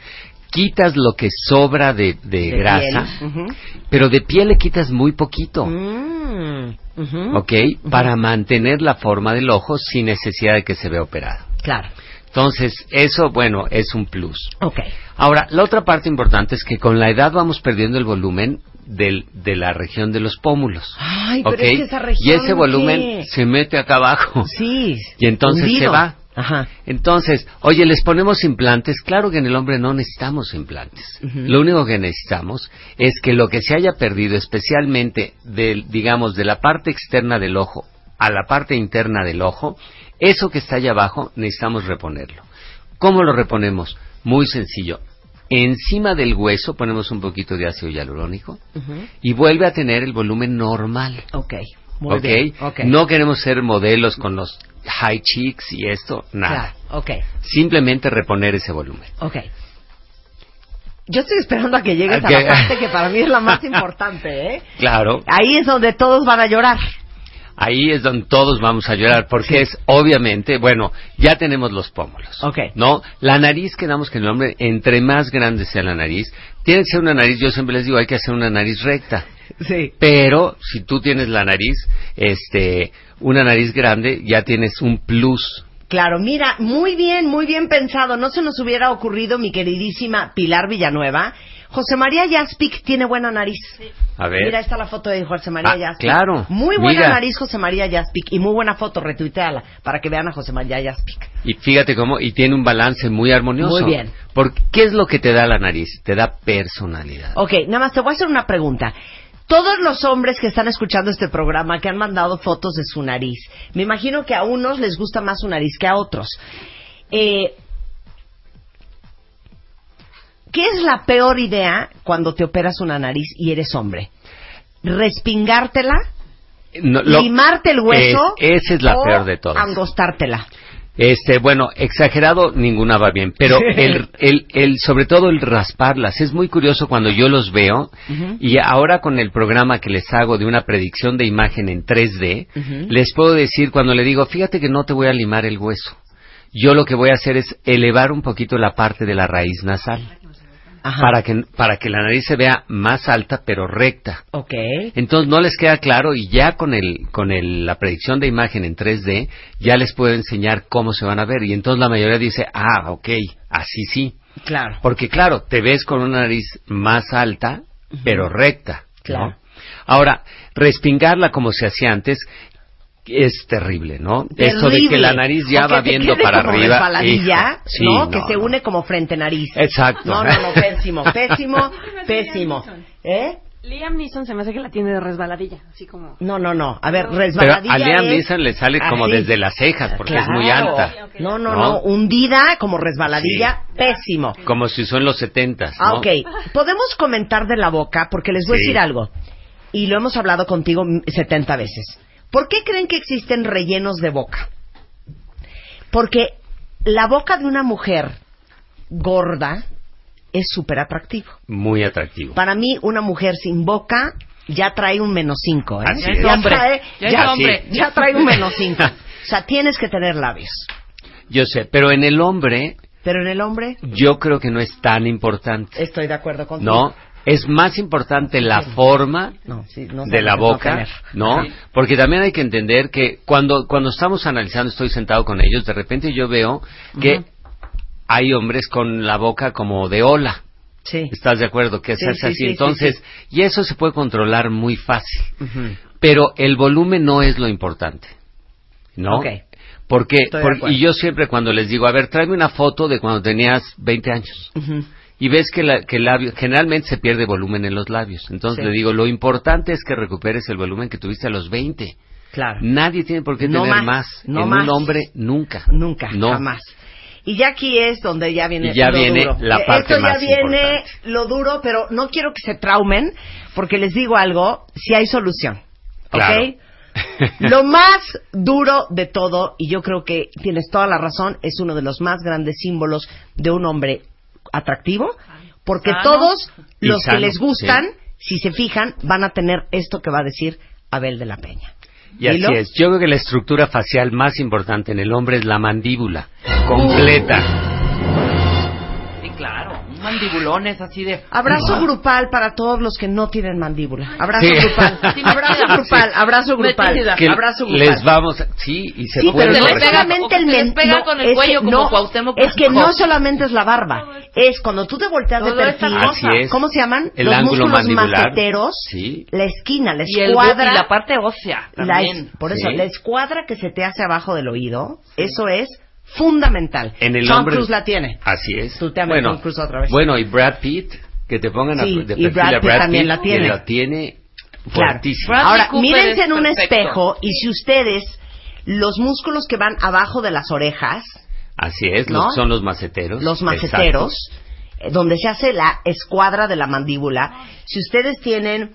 Speaker 7: quitas lo que sobra de, de
Speaker 3: De
Speaker 7: Eh, grasa,
Speaker 3: piel. Ujú.
Speaker 7: pero de piel le quitas muy poquito.
Speaker 3: Mm, ujú.
Speaker 7: ¿Ok? Para mantener la forma del ojo sin necesidad de que se vea operado.
Speaker 3: Claro.
Speaker 7: Entonces, eso, bueno, es un plus.
Speaker 3: Ok.
Speaker 7: Ahora, la otra parte importante es que con la edad vamos perdiendo el volumen del- de la región de los pómulos.
Speaker 3: Ay, pero
Speaker 7: ¿ok?
Speaker 3: es que esa región,
Speaker 7: Y ese volumen
Speaker 3: ¿qué?
Speaker 7: se mete acá abajo.
Speaker 3: Sí.
Speaker 7: Y entonces
Speaker 3: hundido.
Speaker 7: se va.
Speaker 3: Ajá.
Speaker 7: Entonces, oye, les ponemos implantes. Claro que en el hombre no necesitamos implantes.
Speaker 3: Ujú.
Speaker 7: Lo único que necesitamos es que lo que se haya perdido, especialmente del, digamos, de la parte externa del ojo a la parte interna del ojo, eso que está allá abajo necesitamos reponerlo. ¿Cómo lo reponemos? Muy sencillo. Encima del hueso ponemos un poquito de ácido hialurónico
Speaker 3: Ujú.
Speaker 7: y vuelve a tener el volumen normal.
Speaker 3: Ok. Muy
Speaker 7: ¿ok?
Speaker 3: bien. Ok.
Speaker 7: No queremos ser modelos con los high cheeks y esto, nada
Speaker 3: Claro. Ok.
Speaker 7: simplemente reponer ese volumen.
Speaker 3: Ok. Yo estoy esperando a que llegues a
Speaker 7: Ok.
Speaker 3: la parte que para mí es la más importante, ¿eh?
Speaker 7: Claro,
Speaker 3: Ahí es donde todos van a llorar.
Speaker 7: ahí es donde todos vamos a llorar, porque es obviamente, bueno, ya tenemos los pómulos.
Speaker 3: Ok.
Speaker 7: ¿No? La nariz, quedamos que el hombre, entre más grande sea la nariz, tiene que ser una nariz, yo siempre les digo, hay que hacer una nariz recta.
Speaker 3: Sí.
Speaker 7: Pero si tú tienes la nariz, este, una nariz grande, ya tienes un plus.
Speaker 3: Claro, mira, muy bien, muy bien pensado. No se nos hubiera ocurrido, mi queridísima Pilar Villanueva. José María Jaspic tiene buena nariz.
Speaker 7: A ver.
Speaker 3: Mira, está la foto de José María
Speaker 7: ¿Eh? Ah,
Speaker 3: Jaspic.
Speaker 7: claro.
Speaker 3: Muy buena
Speaker 7: Mira.
Speaker 3: nariz José María Jaspic y muy buena foto, retuiteala para que vean a José María Jaspic.
Speaker 7: Y fíjate cómo, y tiene un balance muy armonioso.
Speaker 3: Muy bien.
Speaker 7: Porque, ¿qué es lo que te da la nariz? Te da personalidad.
Speaker 3: Ok, nada más te voy a hacer una pregunta. Todos los hombres que están escuchando este programa, que han mandado fotos de su nariz, me imagino que a unos les gusta más su nariz que a otros. Eh, ¿Qué es la peor idea cuando te operas una nariz y eres hombre? ¿Respingártela?
Speaker 7: No, lo-
Speaker 3: ¿Limarte el hueso?
Speaker 7: Es- esa es la
Speaker 3: o
Speaker 7: peor de todas.
Speaker 3: angostártela?
Speaker 7: Este, bueno, exagerado, ninguna va bien, pero el, el, el, sobre todo el rasparlas, es muy curioso cuando yo los veo y ahora con el programa que les hago de una predicción de imagen en 3D, les puedo decir cuando le digo, fíjate que no te voy a limar el hueso, yo lo que voy a hacer es elevar un poquito la parte de la raíz nasal
Speaker 3: Ajá.
Speaker 7: para que, para que la nariz se vea más alta pero recta.
Speaker 3: Ok.
Speaker 7: Entonces no les queda claro y ya con el con el, la predicción de imagen en 3D ya les puedo enseñar cómo se van a ver y entonces la mayoría dice ah ok así sí
Speaker 3: Claro.
Speaker 7: porque claro te ves con una nariz más alta pero recta ¿no?
Speaker 3: Claro.
Speaker 7: ahora respingarla como se hacía antes es terrible no esto de que
Speaker 3: Terrible.
Speaker 7: la nariz ya
Speaker 3: O que
Speaker 7: va
Speaker 3: te
Speaker 7: viendo
Speaker 3: quede
Speaker 7: para
Speaker 3: como
Speaker 7: arriba
Speaker 3: resbaladilla,
Speaker 7: hijo, sí,
Speaker 3: ¿no? Que se
Speaker 7: no.
Speaker 3: une como frente nariz.
Speaker 7: Exacto.
Speaker 3: No, no, no, pésimo, pésimo, pésimo. ¿Eh?
Speaker 6: Liam Neeson se me hace que la tiene de resbaladilla, así como...
Speaker 3: No, no, no. A ver,
Speaker 7: pero
Speaker 3: resbaladilla.
Speaker 7: a Liam
Speaker 3: es
Speaker 7: Neeson le sale como
Speaker 3: así.
Speaker 7: desde las cejas porque
Speaker 3: Claro.
Speaker 7: es muy alta
Speaker 3: No, no, no,
Speaker 7: ¿No?
Speaker 3: Hundida como resbaladilla, pésimo.
Speaker 7: como si son los setentas
Speaker 3: Ah,
Speaker 7: ¿no?
Speaker 3: ok. Podemos comentar de la boca porque les voy a
Speaker 7: Sí.
Speaker 3: decir algo. Y lo hemos hablado contigo mm, 70 veces. ¿Por qué creen que existen rellenos de boca? Porque la boca de una mujer gorda es súper atractivo.
Speaker 7: muy atractivo
Speaker 3: Para mí, una mujer sin boca ya trae un menos cinco, ¿eh?
Speaker 7: Así
Speaker 3: ya,
Speaker 7: es.
Speaker 4: Hombre,
Speaker 3: trae,
Speaker 4: ya es
Speaker 3: ya-
Speaker 4: hombre.
Speaker 3: ya trae un menos cinco. O sea, tienes que tener labios.
Speaker 7: Yo sé, pero en el hombre
Speaker 3: Pero en el hombre,
Speaker 7: yo creo que no es tan importante,
Speaker 3: estoy de acuerdo contigo.
Speaker 7: ¿no? Es más importante la forma
Speaker 3: No, sí, no
Speaker 7: de la
Speaker 3: sabes, no
Speaker 7: boca,
Speaker 3: tener.
Speaker 7: ¿no?
Speaker 4: Ajá.
Speaker 7: Porque también hay que entender que cuando, cuando estamos analizando, estoy sentado con ellos, de repente yo veo que hay hombres con la boca como de ola.
Speaker 3: Sí.
Speaker 7: ¿Estás de acuerdo? Que
Speaker 3: Sí,
Speaker 7: se hace
Speaker 3: sí,
Speaker 7: así.
Speaker 3: sí, sí,
Speaker 7: Entonces, y eso se puede controlar muy fácil.
Speaker 3: Ujú.
Speaker 7: Pero el volumen no es lo importante. ¿No?
Speaker 3: Ok.
Speaker 7: Porque,
Speaker 3: Estoy de
Speaker 7: por-
Speaker 3: acuerdo.
Speaker 7: y yo siempre cuando les digo, a ver, tráeme una foto de cuando tenías 20 años.
Speaker 3: Ujú.
Speaker 7: Y ves que, la- que el labio, generalmente se pierde volumen en los labios. Entonces
Speaker 3: Sí.
Speaker 7: le digo, lo importante es que recuperes el volumen que tuviste a los 20.
Speaker 3: Claro.
Speaker 7: Nadie tiene por qué
Speaker 3: No
Speaker 7: tener
Speaker 3: más,
Speaker 7: más.
Speaker 3: no
Speaker 7: en
Speaker 3: más.
Speaker 7: un hombre, nunca.
Speaker 3: Nunca,
Speaker 7: No.
Speaker 3: jamás. Y ya aquí es donde ya viene
Speaker 7: Y ya
Speaker 3: lo
Speaker 7: viene
Speaker 3: duro.
Speaker 7: la
Speaker 3: Eh,
Speaker 7: parte
Speaker 3: Esto ya
Speaker 7: más
Speaker 3: viene
Speaker 7: importante.
Speaker 3: lo duro, pero no quiero que se traumen, porque les digo algo, si hay solución. ¿Ok?
Speaker 7: Claro.
Speaker 3: Lo más duro de todo, y yo creo que tienes toda la razón, es uno de los más grandes símbolos de un hombre atractivo, porque
Speaker 4: Sano.
Speaker 3: todos
Speaker 7: Y
Speaker 3: los
Speaker 7: sano,
Speaker 3: que les gustan, si se fijan, van a tener esto que va a decir Abel de la Peña.
Speaker 7: Y así
Speaker 3: Dilo.
Speaker 7: es. Yo creo que la estructura facial más importante en el hombre es la mandíbula
Speaker 3: Uh.
Speaker 7: completa.
Speaker 4: Sí, claro. Un mandibulón es así de.
Speaker 3: Abrazo grupal para todos los que no tienen mandíbula. Abrazo
Speaker 7: Sí.
Speaker 3: grupal.
Speaker 7: Sí,
Speaker 3: Abrazo
Speaker 7: metida.
Speaker 3: grupal.
Speaker 7: Sí.
Speaker 3: Abrazo grupal.
Speaker 4: Metida.
Speaker 7: Que
Speaker 3: Abrazo grupal.
Speaker 7: les vamos, a- sí, y se
Speaker 3: Sí,
Speaker 7: puede
Speaker 3: pero no
Speaker 4: les
Speaker 7: corregir.
Speaker 4: pega-
Speaker 3: solamente
Speaker 4: o que
Speaker 3: el
Speaker 4: se les
Speaker 3: men-
Speaker 4: pega
Speaker 3: no,
Speaker 4: con el
Speaker 3: es
Speaker 4: cuello
Speaker 3: que
Speaker 4: como
Speaker 3: no,
Speaker 4: Cuauhtémoc
Speaker 3: Es que
Speaker 4: Blanco.
Speaker 3: no solamente es la barba, es cuando tú te volteas de
Speaker 4: Todo es
Speaker 3: perfil.
Speaker 7: Así es.
Speaker 3: ¿Cómo se llaman?
Speaker 7: El
Speaker 3: Los
Speaker 7: ángulo
Speaker 3: músculos
Speaker 7: mandibular.
Speaker 3: maceteros,
Speaker 7: Sí.
Speaker 3: la esquina, la
Speaker 4: Y, el, y la
Speaker 3: escuadra,
Speaker 4: parte ósea
Speaker 3: la
Speaker 4: también.
Speaker 3: es- por eso
Speaker 7: Sí.
Speaker 3: la escuadra que se te hace abajo del oído, eso es fundamental.
Speaker 7: En el
Speaker 3: Tom
Speaker 7: hombre.
Speaker 3: Cruise la tiene.
Speaker 7: Así es.
Speaker 3: Tú te amas
Speaker 7: bueno,
Speaker 3: Tom Cruise otra vez.
Speaker 7: Bueno, y Brad Pitt, que te pongan a-
Speaker 3: Sí,
Speaker 7: de
Speaker 3: y
Speaker 7: perfil
Speaker 3: Brad
Speaker 7: a
Speaker 3: Pitt
Speaker 7: Brad
Speaker 3: también
Speaker 7: Pitt,
Speaker 3: la tiene.
Speaker 7: que la tiene
Speaker 3: Claro.
Speaker 7: fuertísima.
Speaker 4: Brad-
Speaker 3: Ahora,
Speaker 4: Cooper
Speaker 3: mírense
Speaker 4: es
Speaker 3: en un
Speaker 4: perfecto.
Speaker 3: espejo y si ustedes los músculos que van abajo de las orejas,
Speaker 7: Así es,
Speaker 3: ¿No?
Speaker 7: los- son los maceteros.
Speaker 3: los maceteros, eh, donde se hace la escuadra de la mandíbula, si ustedes tienen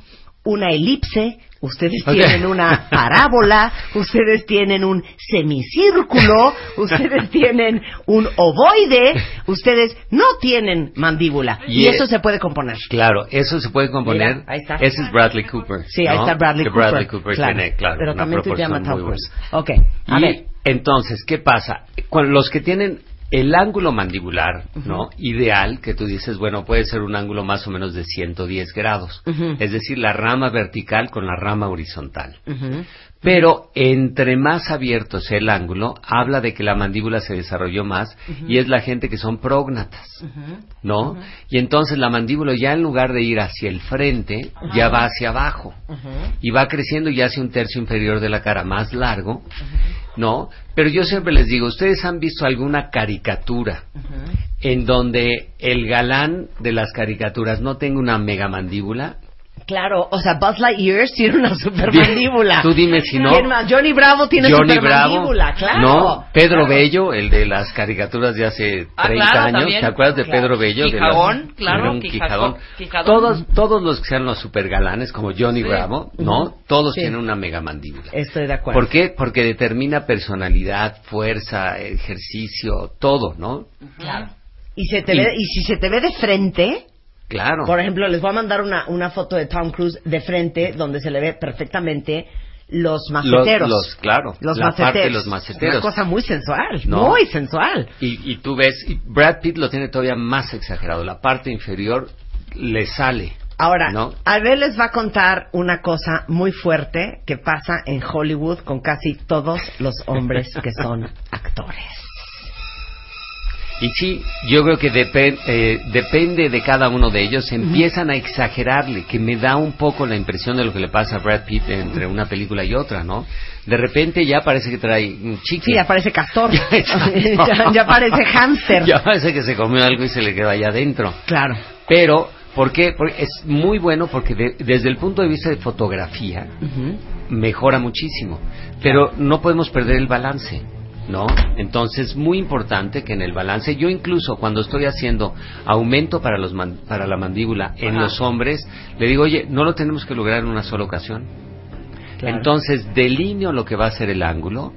Speaker 3: una elipse, ustedes
Speaker 7: Ok.
Speaker 3: tienen una parábola, ustedes tienen un semicírculo, ustedes tienen un ovoide, ustedes no tienen mandíbula y,
Speaker 7: Y, eh,
Speaker 3: eso se puede componer.
Speaker 7: Claro, eso se puede componer.
Speaker 3: Mira, ahí está.
Speaker 7: Ese es Bradley Cooper.
Speaker 3: Sí, ahí
Speaker 7: ¿no?
Speaker 3: está Bradley
Speaker 7: Que
Speaker 3: Cooper.
Speaker 7: Bradley Cooper tiene, claro,
Speaker 3: Pero
Speaker 7: una
Speaker 3: también tú
Speaker 7: proporción
Speaker 3: llamas
Speaker 7: muy
Speaker 3: Tom
Speaker 7: buena.
Speaker 3: Cruise. Ok, a
Speaker 7: Y
Speaker 3: ver.
Speaker 7: entonces, ¿qué pasa? Cuando los que tienen el ángulo mandibular, ¿no? Ideal, que tú dices, bueno, puede ser un ángulo más o menos de 110 grados.
Speaker 3: Ujú.
Speaker 7: Es decir, la rama vertical con la rama horizontal.
Speaker 3: Ujú.
Speaker 7: Pero entre más abierto sea el ángulo, habla de que la mandíbula se desarrolló más y es la gente que son prógnatas, ¿no? Y entonces la mandíbula ya en lugar de ir hacia el frente, ya va hacia abajo y va creciendo y hace un tercio inferior de la cara más largo, ¿no? Pero yo siempre les digo, ¿ustedes han visto alguna caricatura en donde el galán de las caricaturas no tenga una mega mandíbula?
Speaker 3: Claro, o sea, Buzz Lightyear tiene una super mandíbula.
Speaker 7: Tú dime si no.
Speaker 3: ¿Quién más? Johnny Bravo tiene
Speaker 7: Johnny
Speaker 3: super
Speaker 7: Bravo,
Speaker 3: mandíbula, claro.
Speaker 7: no, Pedro Bello, el de las caricaturas de hace 30
Speaker 4: Ah, claro,
Speaker 7: años,
Speaker 4: también.
Speaker 7: ¿te acuerdas de
Speaker 4: Claro.
Speaker 7: Pedro Bello? De
Speaker 4: Quijagón,
Speaker 7: las-
Speaker 4: claro,
Speaker 7: era un
Speaker 4: Quijagón,
Speaker 7: quijadón.
Speaker 4: Quijadón.
Speaker 7: Todos, todos los que sean los supergalanes, como Johnny
Speaker 4: Sí.
Speaker 7: Bravo, ¿no? Todos
Speaker 3: Sí. Eh,
Speaker 7: tienen una mega mandíbula.
Speaker 3: Estoy de acuerdo.
Speaker 7: ¿Por qué? Porque determina personalidad, fuerza, ejercicio, todo, ¿no?
Speaker 3: Y, se te ve, y si se te ve de frente,
Speaker 7: Claro.
Speaker 3: por ejemplo, les voy a mandar una, una foto de Tom Cruise de frente donde se le ve perfectamente los maceteros.
Speaker 7: Los- los- claro,
Speaker 3: Los
Speaker 7: la
Speaker 3: maceteros.
Speaker 7: parte de los maceteros.
Speaker 3: Una cosa muy sensual,
Speaker 7: No.
Speaker 3: muy sensual.
Speaker 7: y, y tú ves, y Brad Pitt lo tiene todavía más exagerado. La parte inferior le sale.
Speaker 3: Ahora,
Speaker 7: ¿no?
Speaker 3: Abel les va a contar una cosa muy fuerte que pasa en Hollywood con casi todos los hombres que son actores.
Speaker 7: Y sí, yo creo que depen- eh, depende de cada uno de ellos. Empiezan a exagerarle, que me da un poco la impresión de lo que le pasa a Brad Pitt entre una película y otra, ¿no? De repente ya parece que trae un chicle.
Speaker 3: Sí, ya parece castor.
Speaker 7: Exacto.
Speaker 3: ya, ya parece hámster.
Speaker 7: Ya parece que se comió algo y se le quedó allá adentro.
Speaker 3: Claro.
Speaker 7: Pero, ¿por qué? Porque es muy bueno porque de- desde el punto de vista de fotografía mejora muchísimo. Pero no podemos perder el balance, ¿no? Entonces, muy importante que en el balance, yo incluso cuando estoy haciendo aumento para, los man- para la mandíbula en
Speaker 4: Ajá.
Speaker 7: los hombres, le digo, oye, no lo tenemos que lograr en una sola ocasión.
Speaker 3: Claro.
Speaker 7: Entonces, delineo lo que va a ser el ángulo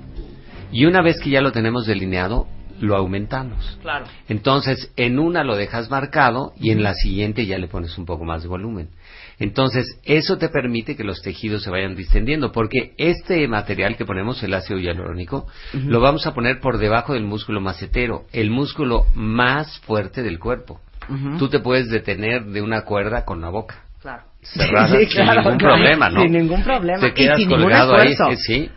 Speaker 7: y una vez que ya lo tenemos delineado, lo aumentamos.
Speaker 4: Claro.
Speaker 7: Entonces, en una lo dejas marcado y en la siguiente ya le pones un poco más de volumen. Entonces, eso te permite que los tejidos se vayan distendiendo, porque este material que ponemos, el ácido hialurónico, lo vamos a poner por debajo del músculo macetero, el músculo más fuerte del cuerpo. Tú te puedes detener de una cuerda con la boca
Speaker 4: Claro.
Speaker 7: cerrada
Speaker 3: Sí,
Speaker 7: sin
Speaker 3: claro,
Speaker 7: ningún
Speaker 3: claro.
Speaker 7: problema, ¿no?
Speaker 3: Sin ningún problema.
Speaker 7: Te
Speaker 3: Y
Speaker 7: quedas
Speaker 3: sin ningún
Speaker 7: colgado ahí,
Speaker 3: esfuerzo.
Speaker 7: eh, sí.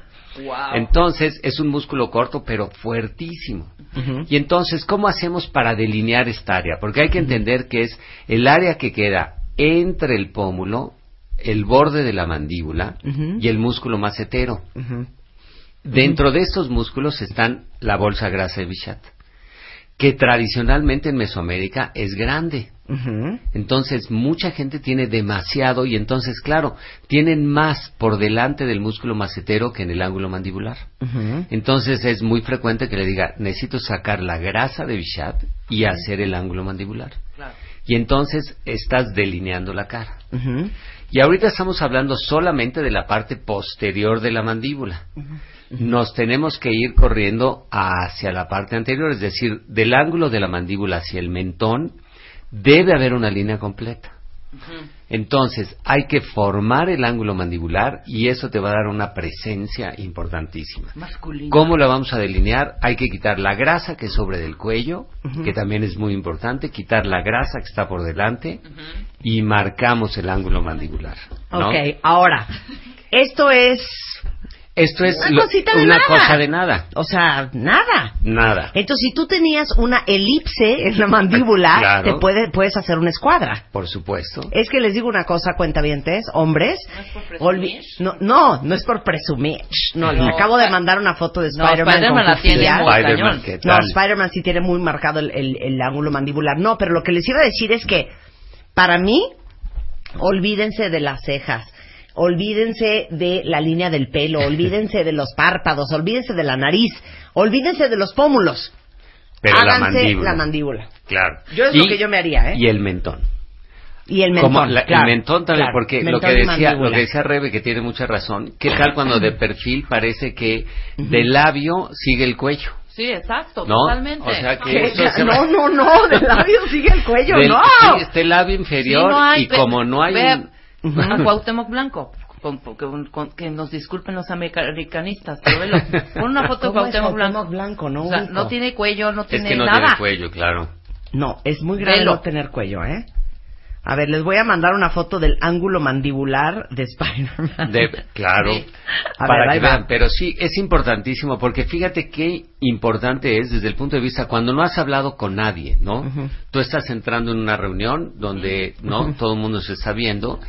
Speaker 4: Wow.
Speaker 7: Entonces es un músculo corto pero fuertísimo. Y entonces, ¿cómo hacemos para delinear esta área? Porque hay que entender que es el área que queda entre el pómulo, el borde de la mandíbula
Speaker 3: Ujú.
Speaker 7: y el músculo macetero.
Speaker 3: Ujú.
Speaker 7: Dentro de estos músculos están la bolsa grasa de Bichat, que tradicionalmente en Mesoamérica es grande.
Speaker 3: Ujú.
Speaker 7: Entonces, mucha gente tiene demasiado y entonces, claro, tienen más por delante del músculo macetero que en el ángulo mandibular.
Speaker 3: Ujú.
Speaker 7: Entonces, es muy frecuente que le diga, necesito sacar la grasa de Bichat y hacer el ángulo mandibular.
Speaker 4: Claro.
Speaker 7: Y entonces estás delineando la cara.
Speaker 3: Ujú.
Speaker 7: Y ahorita estamos hablando solamente de la parte posterior de la mandíbula. Nos tenemos que ir corriendo hacia la parte anterior, es decir, del ángulo de la mandíbula hacia el mentón, debe haber una línea completa. Entonces, hay que formar el ángulo mandibular y eso te va a dar una presencia importantísima.
Speaker 4: Masculino.
Speaker 7: ¿Cómo la vamos a delinear? Hay que quitar la grasa que sobre del cuello, que también es muy importante, quitar la grasa que está por delante y marcamos el ángulo mandibular. ¿no?
Speaker 3: Ok, ahora, esto es,
Speaker 7: Esto es
Speaker 3: Una
Speaker 7: lo-
Speaker 3: cosita de
Speaker 7: una
Speaker 3: nada.
Speaker 7: cosa de nada.
Speaker 3: o sea, nada.
Speaker 7: Nada.
Speaker 3: Entonces, si tú tenías una elipse en la mandíbula,
Speaker 7: Claro.
Speaker 3: te puede- puedes hacer una escuadra.
Speaker 7: Por supuesto.
Speaker 3: Es que les digo una cosa, cuentavientes, hombres.
Speaker 4: No es por
Speaker 3: olvi-
Speaker 4: presumir.
Speaker 3: No, no, no es por presumir. Shh, No, le
Speaker 4: No.
Speaker 3: acabo de mandar una foto de
Speaker 4: No,
Speaker 3: Spider-Man.
Speaker 4: Spider-Man
Speaker 3: con
Speaker 4: la tiene
Speaker 3: cuchillas.
Speaker 4: muy
Speaker 7: Spider-Man,
Speaker 4: cañón.
Speaker 7: ¿qué
Speaker 3: No,
Speaker 7: tal?
Speaker 3: Spider-Man sí tiene muy marcado el, el- el ángulo mandibular. No, pero lo que les iba a decir es que, para mí, olvídense de las cejas. Olvídense de la línea del pelo, olvídense de los párpados, olvídense de la nariz, olvídense de los pómulos.
Speaker 7: Pero la
Speaker 3: Háganse
Speaker 7: mandíbula.
Speaker 3: la mandíbula.
Speaker 7: Claro.
Speaker 3: Yo es lo que yo me haría, ¿eh?
Speaker 7: Y el mentón.
Speaker 3: Y el
Speaker 7: Como
Speaker 3: mentón.
Speaker 7: la-
Speaker 3: claro,
Speaker 7: el mentón también,
Speaker 3: claro,
Speaker 7: porque lo
Speaker 3: mentón
Speaker 7: que
Speaker 3: y
Speaker 7: decía, lo
Speaker 3: mandíbula.
Speaker 7: que decía Rebe, que tiene mucha razón, ¿qué tal cuando de perfil parece que del labio sigue el cuello?
Speaker 4: Sí, exacto,
Speaker 7: ¿No?
Speaker 4: totalmente.
Speaker 7: O sea que
Speaker 4: Sí,
Speaker 7: eso se
Speaker 3: No,
Speaker 7: va-
Speaker 3: no, no, del labio sigue el cuello,
Speaker 7: Del-
Speaker 3: no.
Speaker 7: sí, está el labio inferior
Speaker 4: no hay,
Speaker 7: y
Speaker 4: ve-
Speaker 7: como no hay...
Speaker 4: ve-
Speaker 7: un-
Speaker 4: a Cuauhtémoc Blanco. con- con- con- con- que nos disculpen los americanistas, pero velo. Pon una foto de
Speaker 3: ¿Cómo es
Speaker 4: Cuauhtémoc Blanco.
Speaker 3: Cuauhtémoc Blanco? No
Speaker 4: O sea,
Speaker 3: ubico.
Speaker 4: no tiene cuello, no
Speaker 7: Es
Speaker 4: tiene
Speaker 7: que no tiene
Speaker 4: nada.
Speaker 7: cuello, claro.
Speaker 3: No, es muy grave
Speaker 4: Velo.
Speaker 3: no tener cuello, ¿eh? A ver, les voy a mandar una foto del ángulo mandibular de Spider-Man.
Speaker 7: De- claro.
Speaker 4: Sí.
Speaker 3: A
Speaker 7: Para
Speaker 3: ver, ahí
Speaker 7: que
Speaker 3: va.
Speaker 7: vean, pero sí, es importantísimo, porque fíjate qué importante es desde el punto de vista cuando no has hablado con nadie, ¿no? Tú estás entrando en una reunión donde, ¿no? Todo el mundo se está viendo.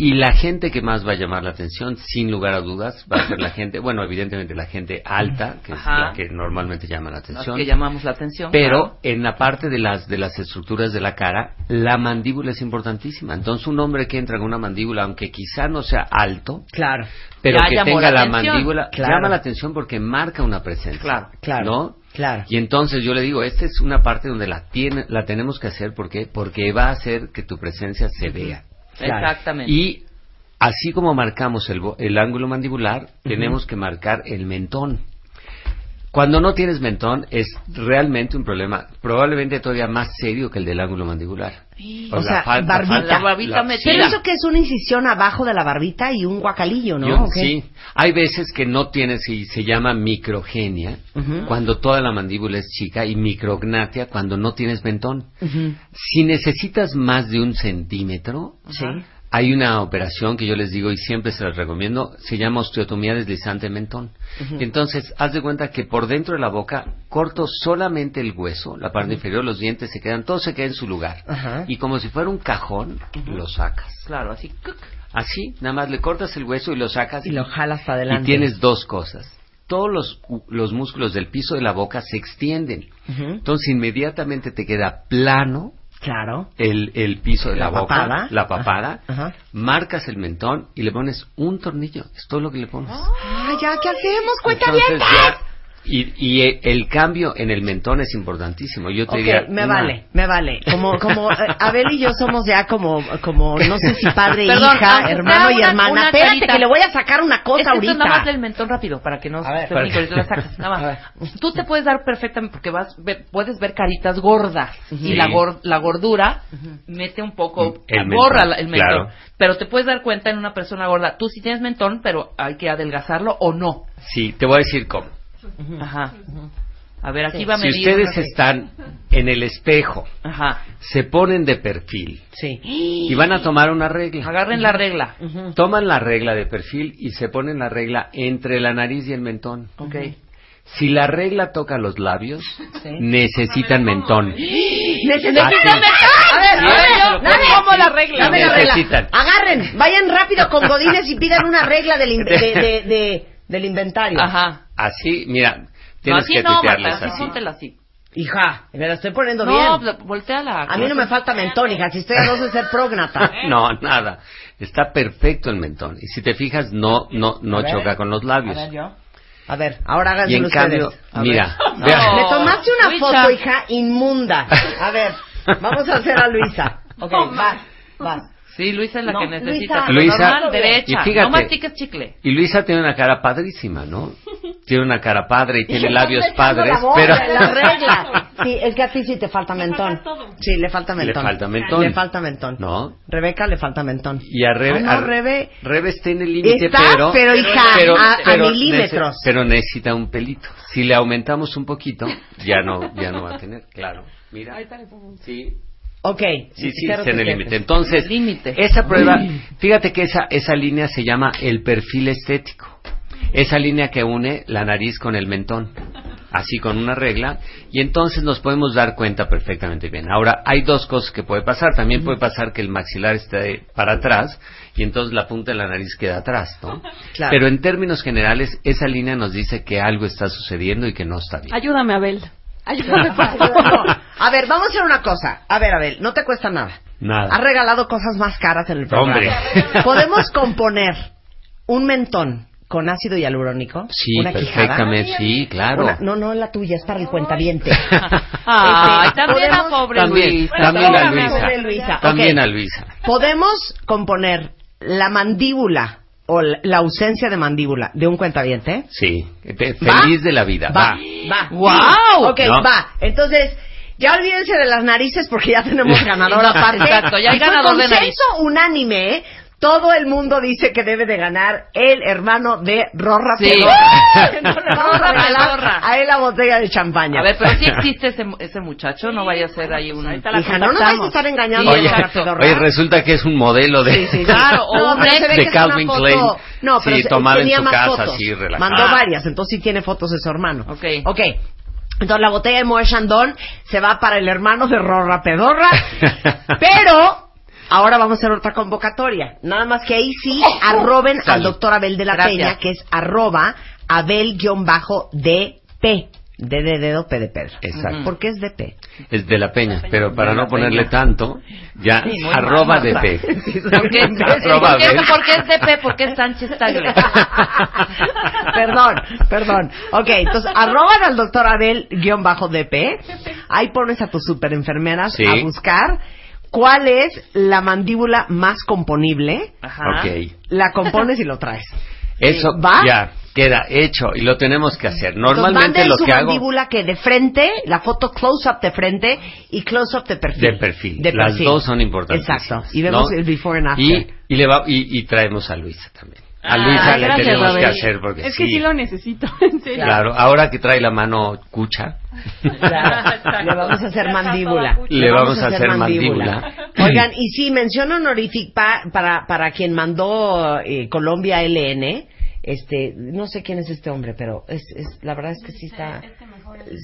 Speaker 7: Y la gente que más va a llamar la atención, sin lugar a dudas, va a ser la gente, bueno, evidentemente la gente alta, que es
Speaker 4: Ajá.
Speaker 7: la que normalmente llama la
Speaker 4: Las
Speaker 7: atención.
Speaker 4: que llamamos la atención.
Speaker 7: Pero
Speaker 4: claro.
Speaker 7: en la parte de las, de las estructuras de la cara, la mandíbula es importantísima. Entonces, un hombre que entra con una mandíbula, aunque quizá no sea alto,
Speaker 3: Claro.
Speaker 7: pero
Speaker 4: Ya
Speaker 7: que
Speaker 4: llamó
Speaker 7: tenga
Speaker 4: la
Speaker 7: la,
Speaker 4: atención.
Speaker 7: mandíbula
Speaker 3: Claro.
Speaker 7: llama la atención porque marca una presencia.
Speaker 4: Claro,
Speaker 3: claro,
Speaker 7: ¿No?
Speaker 3: claro.
Speaker 7: Y entonces yo le digo, esta es una parte donde la tiene, la tenemos que hacer porque porque va a hacer que tu presencia se vea.
Speaker 3: claro.
Speaker 4: Exactamente.
Speaker 7: Y así como marcamos el, bo- el ángulo mandibular, tenemos que marcar el mentón. Cuando no tienes mentón es realmente un problema, probablemente todavía más serio que el del ángulo mandibular.
Speaker 4: Sí.
Speaker 3: O
Speaker 7: la
Speaker 3: sea,
Speaker 7: fal- la
Speaker 3: barbita.
Speaker 7: falta-
Speaker 4: La barbita
Speaker 7: la-
Speaker 4: metida.
Speaker 3: Pero
Speaker 4: Mira.
Speaker 3: eso que es una incisión abajo de la barbita y un guacalillo, ¿no?
Speaker 7: Yo-
Speaker 3: ¿O qué?
Speaker 7: Sí, hay veces que no tienes y se llama microgenia,
Speaker 3: Ujú.
Speaker 7: cuando toda la mandíbula es chica, y micrognatia cuando no tienes mentón.
Speaker 3: Ujú.
Speaker 7: Si necesitas más de un centímetro,
Speaker 3: Sí.
Speaker 7: hay una operación que yo les digo y siempre se las recomiendo, se llama osteotomía deslizante mentón. Entonces, haz de cuenta que por dentro de la boca corto solamente el hueso, la parte inferior, los dientes se quedan, todo se queda en su lugar.
Speaker 3: Ajá.
Speaker 7: Y como si fuera un cajón, lo sacas.
Speaker 4: Claro, así. cuc.
Speaker 7: Así, nada más le cortas el hueso y lo sacas
Speaker 3: Y lo jalas para adelante.
Speaker 7: y tienes dos cosas. Todos los, cu- los músculos del piso de la boca se extienden.
Speaker 3: Ujú.
Speaker 7: Entonces inmediatamente te queda plano
Speaker 3: Claro.
Speaker 7: el, el piso de la,
Speaker 3: La
Speaker 7: boca,
Speaker 3: papada.
Speaker 7: la papada,
Speaker 3: Ajá, ajá.
Speaker 7: marcas el mentón y le pones un tornillo. Es todo lo que le pones.
Speaker 3: Ah, ya, ¿qué hacemos? ¡Cuenta
Speaker 7: Entonces,
Speaker 3: bien!
Speaker 7: ya- y, y e- el cambio en el mentón es importantísimo. Yo te
Speaker 3: Ok,
Speaker 7: diría,
Speaker 3: me
Speaker 7: una-
Speaker 3: vale, me vale. Como, como eh, Abel y yo somos ya como, como no sé si padre,
Speaker 4: Perdón,
Speaker 3: hija,
Speaker 4: aunque
Speaker 3: hermano
Speaker 4: sea
Speaker 3: y
Speaker 4: una-
Speaker 3: hermana.
Speaker 4: una
Speaker 3: Espérate
Speaker 4: carita.
Speaker 3: que le voy a sacar una cosa
Speaker 4: Es que esto
Speaker 3: ahorita.
Speaker 4: es nada más del mentón rápido para que no
Speaker 3: A ver,
Speaker 4: te
Speaker 7: para
Speaker 4: digo,
Speaker 7: que-
Speaker 4: ahorita la sacas, nada más.
Speaker 3: A ver.
Speaker 4: Tú te puedes dar perfectamente porque vas ver- puedes ver caritas gordas
Speaker 7: Sí.
Speaker 4: y la gor- la gordura mete un poco
Speaker 7: El mentón,
Speaker 4: borra la- el mentón,
Speaker 7: claro.
Speaker 4: pero te puedes dar cuenta en una persona gorda, tú sí tienes mentón, pero hay que adelgazarlo o no.
Speaker 7: Sí, te voy a decir cómo.
Speaker 4: Ajá. A ver, aquí va a
Speaker 7: Si
Speaker 4: medir.
Speaker 7: ustedes están en el espejo,
Speaker 4: Ajá.
Speaker 7: se ponen de perfil
Speaker 3: Sí.
Speaker 7: y van a tomar una regla.
Speaker 4: Agarren la regla.
Speaker 7: Toman la regla de perfil y se ponen la regla entre la nariz y el mentón.
Speaker 4: Ok.
Speaker 7: Si la regla toca los labios, necesitan mentón.
Speaker 3: Necesitan
Speaker 7: Así.
Speaker 4: A ver, a ver, yo-
Speaker 3: Dame,
Speaker 4: ¿cómo la regla?
Speaker 3: dame la
Speaker 7: Necesitan.
Speaker 3: regla. Agarren, vayan rápido con Godines y pidan una regla del, in- de- de- de- del inventario.
Speaker 4: Ajá.
Speaker 7: Así, mira,
Speaker 4: No,
Speaker 7: tienes
Speaker 4: así
Speaker 7: que
Speaker 4: no,
Speaker 7: tuitearles
Speaker 4: Marta, así
Speaker 7: así.
Speaker 4: póntela así.
Speaker 3: Hija, me la estoy poniendo
Speaker 4: No,
Speaker 3: bien.
Speaker 4: pues, volteala.
Speaker 3: A mí no me falta mentón, hija. Si estoy a dos de ser
Speaker 4: ¿eh?
Speaker 3: prógnata.
Speaker 7: no, nada. Está perfecto el mentón. Y si te fijas, no, no, no
Speaker 3: A ver.
Speaker 7: choca con los labios.
Speaker 4: A ver, yo.
Speaker 3: A ver, ahora háganlo
Speaker 7: Y en
Speaker 3: ustedes.
Speaker 7: cambio,
Speaker 3: A ver.
Speaker 7: mira,
Speaker 4: No.
Speaker 7: vea,
Speaker 3: Le tomaste una
Speaker 4: Luisa.
Speaker 3: foto, hija, inmunda. A ver, vamos a hacer a Luisa. Ok,
Speaker 4: No,
Speaker 3: vas, vas.
Speaker 4: Sí, Luisa es la
Speaker 3: No,
Speaker 4: que necesita.
Speaker 3: Luisa.
Speaker 4: pero
Speaker 7: Luisa.
Speaker 4: normal,
Speaker 7: Y
Speaker 4: derecha.
Speaker 7: fíjate.
Speaker 4: no mastiques chicle.
Speaker 7: Y Luisa tiene una cara padrísima, ¿no? Tiene una cara padre y tiene labios padres,
Speaker 3: La boca,
Speaker 7: pero
Speaker 3: La regla. Sí, es que a ti sí te falta mentón. Sí, le falta
Speaker 7: le
Speaker 3: mentón.
Speaker 7: falta mentón.
Speaker 3: Le falta mentón.
Speaker 7: ¿No?
Speaker 3: Rebeca le falta mentón.
Speaker 7: Y a Rebe,
Speaker 3: Ah, no,
Speaker 7: a-
Speaker 3: Rebe-
Speaker 7: Reves tiene límite,
Speaker 3: Está,
Speaker 7: pero,
Speaker 3: pero, hija, a- a milímetros.
Speaker 7: nece- pero necesita un pelito. Si le aumentamos un poquito, ya no, ya no va a tener, claro. Mira, sí,
Speaker 3: Ok.
Speaker 7: sí, sí,
Speaker 3: cero
Speaker 7: está en el
Speaker 3: toquetes.
Speaker 7: límite. Entonces,
Speaker 4: Límite.
Speaker 7: esa prueba, fíjate que esa, esa línea se llama el perfil estético. Esa línea que une la nariz con el mentón, así con una regla, y entonces nos podemos dar cuenta perfectamente bien. Ahora, hay dos cosas que puede pasar. También puede pasar que el maxilar esté para atrás y entonces la punta de la nariz queda atrás, ¿no?
Speaker 3: Claro.
Speaker 7: Pero en términos generales, esa línea nos dice que algo está sucediendo y que no está bien.
Speaker 6: Ayúdame, Abel. Ayúdame, por
Speaker 3: No,
Speaker 6: favor.
Speaker 3: A ver, vamos a hacer una cosa. A ver, Abel, no te cuesta nada.
Speaker 7: Nada.
Speaker 3: Has regalado cosas más caras en el programa.
Speaker 7: Hombre.
Speaker 3: Podemos componer un mentón con ácido hialurónico.
Speaker 7: Sí,
Speaker 3: una quijada.
Speaker 7: perfectamente, sí, claro.
Speaker 3: Una- no, no, la tuya es para el cuentaviente.
Speaker 4: Ay,
Speaker 3: Este,
Speaker 4: también a
Speaker 3: podemos-
Speaker 4: pobre
Speaker 7: También,
Speaker 4: Luisa.
Speaker 7: también a
Speaker 3: Pobre
Speaker 7: Luisa.
Speaker 3: Luisa.
Speaker 7: También
Speaker 3: Ok.
Speaker 7: a Luisa.
Speaker 3: Podemos componer la mandíbula o la la ausencia de mandíbula de un cuentaviente.
Speaker 7: Sí, te- feliz de la vida.
Speaker 3: Va,
Speaker 7: va.
Speaker 3: va.
Speaker 4: ¡Guau!
Speaker 3: Ok,
Speaker 7: No.
Speaker 3: va. Entonces, ya olvídense de las narices porque ya tenemos ganador aparte.
Speaker 4: Exacto, ya hay
Speaker 3: Y fue
Speaker 4: ganador de nariz.
Speaker 3: consenso unánime, ¿eh? Todo el mundo dice que debe de ganar el hermano de Rorra
Speaker 4: Sí.
Speaker 3: Pedro.
Speaker 4: ¡Ah!
Speaker 3: Entonces, vamos a
Speaker 4: Rorra,
Speaker 3: regalar
Speaker 4: Rorra.
Speaker 3: A él la botella de champaña.
Speaker 4: A ver, pero si existe ese, ese muchacho, no vaya a ser ahí un...
Speaker 3: Hija, no nos vais a estar engañando.
Speaker 4: Sí,
Speaker 7: Oye,
Speaker 3: Rorra
Speaker 4: exacto.
Speaker 3: Pedorra.
Speaker 7: oye, resulta que es un modelo de,
Speaker 3: Sí, sí, sí.
Speaker 4: Claro, o
Speaker 3: No,
Speaker 4: un
Speaker 3: pero
Speaker 4: ex
Speaker 3: se ve
Speaker 7: de
Speaker 3: que es una
Speaker 7: Calvin
Speaker 3: foto-
Speaker 7: Klein.
Speaker 3: No, pero
Speaker 7: sí,
Speaker 3: se-
Speaker 7: tomada en
Speaker 3: tenía
Speaker 7: su
Speaker 3: más
Speaker 7: casa,
Speaker 3: fotos.
Speaker 7: sí, relajada.
Speaker 3: Mandó varias, entonces sí tiene fotos de su hermano.
Speaker 4: Ok.
Speaker 3: Ok. Entonces la botella de Moe Chandon se va para el hermano de Rorra Pedorra. pero ahora vamos a hacer otra convocatoria. Nada más que ahí sí
Speaker 7: Oh,
Speaker 3: arroben al
Speaker 7: Salud.
Speaker 3: doctor Abel de la
Speaker 4: Gracias.
Speaker 3: Peña, que es arroba abel-dp. D de dedo, P de Pedro.
Speaker 7: Exacto.
Speaker 3: ¿Por qué es DP?
Speaker 7: Es de la peña, pero para
Speaker 4: De la
Speaker 7: no ponerle
Speaker 4: Peña.
Speaker 7: tanto, ya
Speaker 4: Sí, muy
Speaker 7: arroba
Speaker 4: mal,
Speaker 7: de
Speaker 4: Marta.
Speaker 7: P.
Speaker 4: ¿Por qué,
Speaker 7: Arroba
Speaker 4: ¿por qué,
Speaker 7: Abel.
Speaker 4: por qué es DP? ¿Por qué es Sánchez Tagle?
Speaker 3: perdón, perdón. Ok, entonces arroban al doctor Abel guión bajo DP. Ahí pones a tus super enfermeras
Speaker 7: Sí.
Speaker 3: a buscar cuál es la mandíbula más componible.
Speaker 4: Ajá.
Speaker 7: Ok.
Speaker 3: La compones y lo traes.
Speaker 7: Eso
Speaker 3: ¿Va?
Speaker 7: ya queda hecho y lo tenemos que hacer.
Speaker 3: Entonces,
Speaker 7: Normalmente
Speaker 3: manden
Speaker 7: lo
Speaker 3: su
Speaker 7: que hago
Speaker 3: mandíbula que de frente, la foto close up de frente y close up de perfil.
Speaker 7: de perfil. Las
Speaker 3: perfil.
Speaker 7: dos son importantes.
Speaker 3: Exacto. Y vemos el before and after.
Speaker 7: Y, y le va, y, y traemos a Luisa también. A Luisa le
Speaker 6: Ah, gracias,
Speaker 7: tenemos que
Speaker 6: Abel.
Speaker 7: hacer porque
Speaker 6: Es que sí lo necesito, en serio.
Speaker 7: Claro, ahora que trae la mano cucha,
Speaker 3: Claro, le vamos a hacer mandíbula.
Speaker 7: le vamos a hacer mandíbula.
Speaker 3: Oigan, y sí, mención honorífica para, para quien mandó eh, Colombia LN. Este, no sé quién es este hombre, pero es, es- la verdad es que sí está, eh,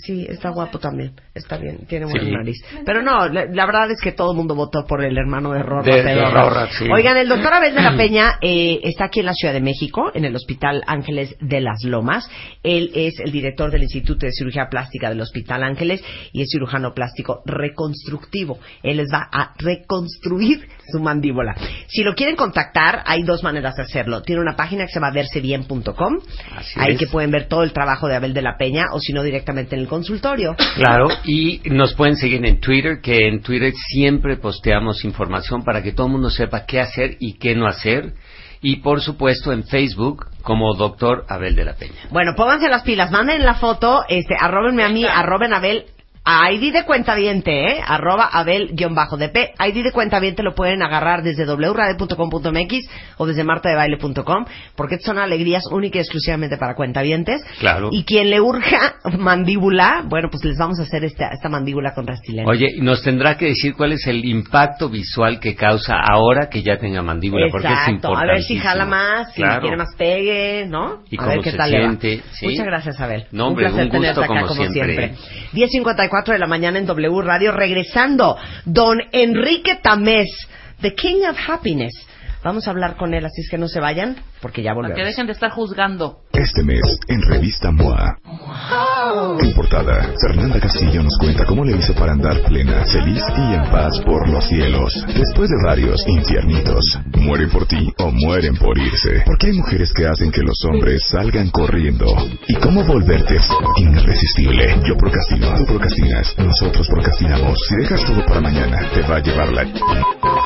Speaker 3: sí, está guapo también, está bien, tiene buena
Speaker 7: Sí.
Speaker 3: nariz. Pero no, la, la verdad es que todo el mundo votó por el hermano de Rorra.
Speaker 7: De- de
Speaker 3: Pedorra.
Speaker 7: Rorra, sí.
Speaker 3: Oigan, el doctor Abel de la Peña eh, está aquí en la Ciudad de México, en el Hospital Ángeles de las Lomas. Él es el director del Instituto de Cirugía Plástica del Hospital Ángeles y es cirujano plástico reconstructivo. Él les va a reconstruir su mandíbula. Si lo quieren contactar, hay dos maneras de hacerlo. Tiene una página que se llama versebien.com.
Speaker 7: Así
Speaker 3: Ahí
Speaker 7: es.
Speaker 3: que pueden ver todo el trabajo de Abel de la Peña o si no directamente en el consultorio.
Speaker 7: Claro, y nos pueden seguir en Twitter, que en Twitter siempre posteamos información para que todo el mundo sepa qué hacer y qué no hacer. Y por supuesto en Facebook como Doctor Abel de la Peña.
Speaker 3: Bueno, pónganse las pilas, manden la foto, este, arrobenme a mí, arroben a Abel, a ID de cuenta diente, ¿eh? Arroba Abel-DP. ID de cuenta diente lo pueden agarrar desde wradio.com.mx o desde martadebaile.com, porque son alegrías únicas y exclusivamente para cuentavientes.
Speaker 7: Claro.
Speaker 3: Y quien le urja mandíbula, bueno, pues les vamos a hacer esta, esta mandíbula con rastilera.
Speaker 7: Oye, y nos tendrá que decir cuál es el impacto visual que causa ahora que ya tenga mandíbula, porque es
Speaker 3: Exacto, a
Speaker 7: importante.
Speaker 3: ver si jala más, si
Speaker 7: Claro.
Speaker 3: tiene más pegue, ¿no?
Speaker 7: Y
Speaker 3: a
Speaker 7: cómo
Speaker 3: ver qué
Speaker 7: se
Speaker 3: tal le va.
Speaker 7: siente, sí.
Speaker 3: Muchas gracias, Abel.
Speaker 7: No, hombre,
Speaker 3: placer
Speaker 7: un gusto
Speaker 3: tenerte acá,
Speaker 7: como
Speaker 3: siempre.
Speaker 7: siempre.
Speaker 3: 10.54 de la mañana en W Radio, regresando, don Enrique Tamés, The King of Happiness. Vamos a hablar con él, así es que no se vayan, porque ya
Speaker 4: Para
Speaker 3: volvemos.
Speaker 4: que dejen de estar juzgando.
Speaker 1: Este mes, en Revista MOA. En portada, Fernanda Castillo nos cuenta cómo le hizo para andar plena, feliz y en paz por los cielos. Después de varios infiernitos, mueren por ti o mueren por irse. Porque hay mujeres que hacen que los hombres salgan corriendo. ¿Y cómo volverte irresistible? Yo procrastino, tú procrastinas, nosotros procrastinamos. Si dejas todo para mañana, te va a llevar la...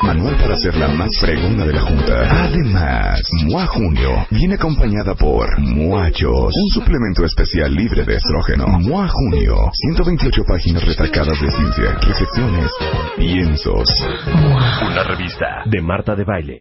Speaker 1: Manual para ser la más fregona de la Junta. Además, MOA Junio viene acompañada por Muachos, un suplemento especial libre de estrógeno. MOA Junio, 128 páginas retacadas de ciencia, resecciones, piensos,
Speaker 2: Una revista de Marta de Baile.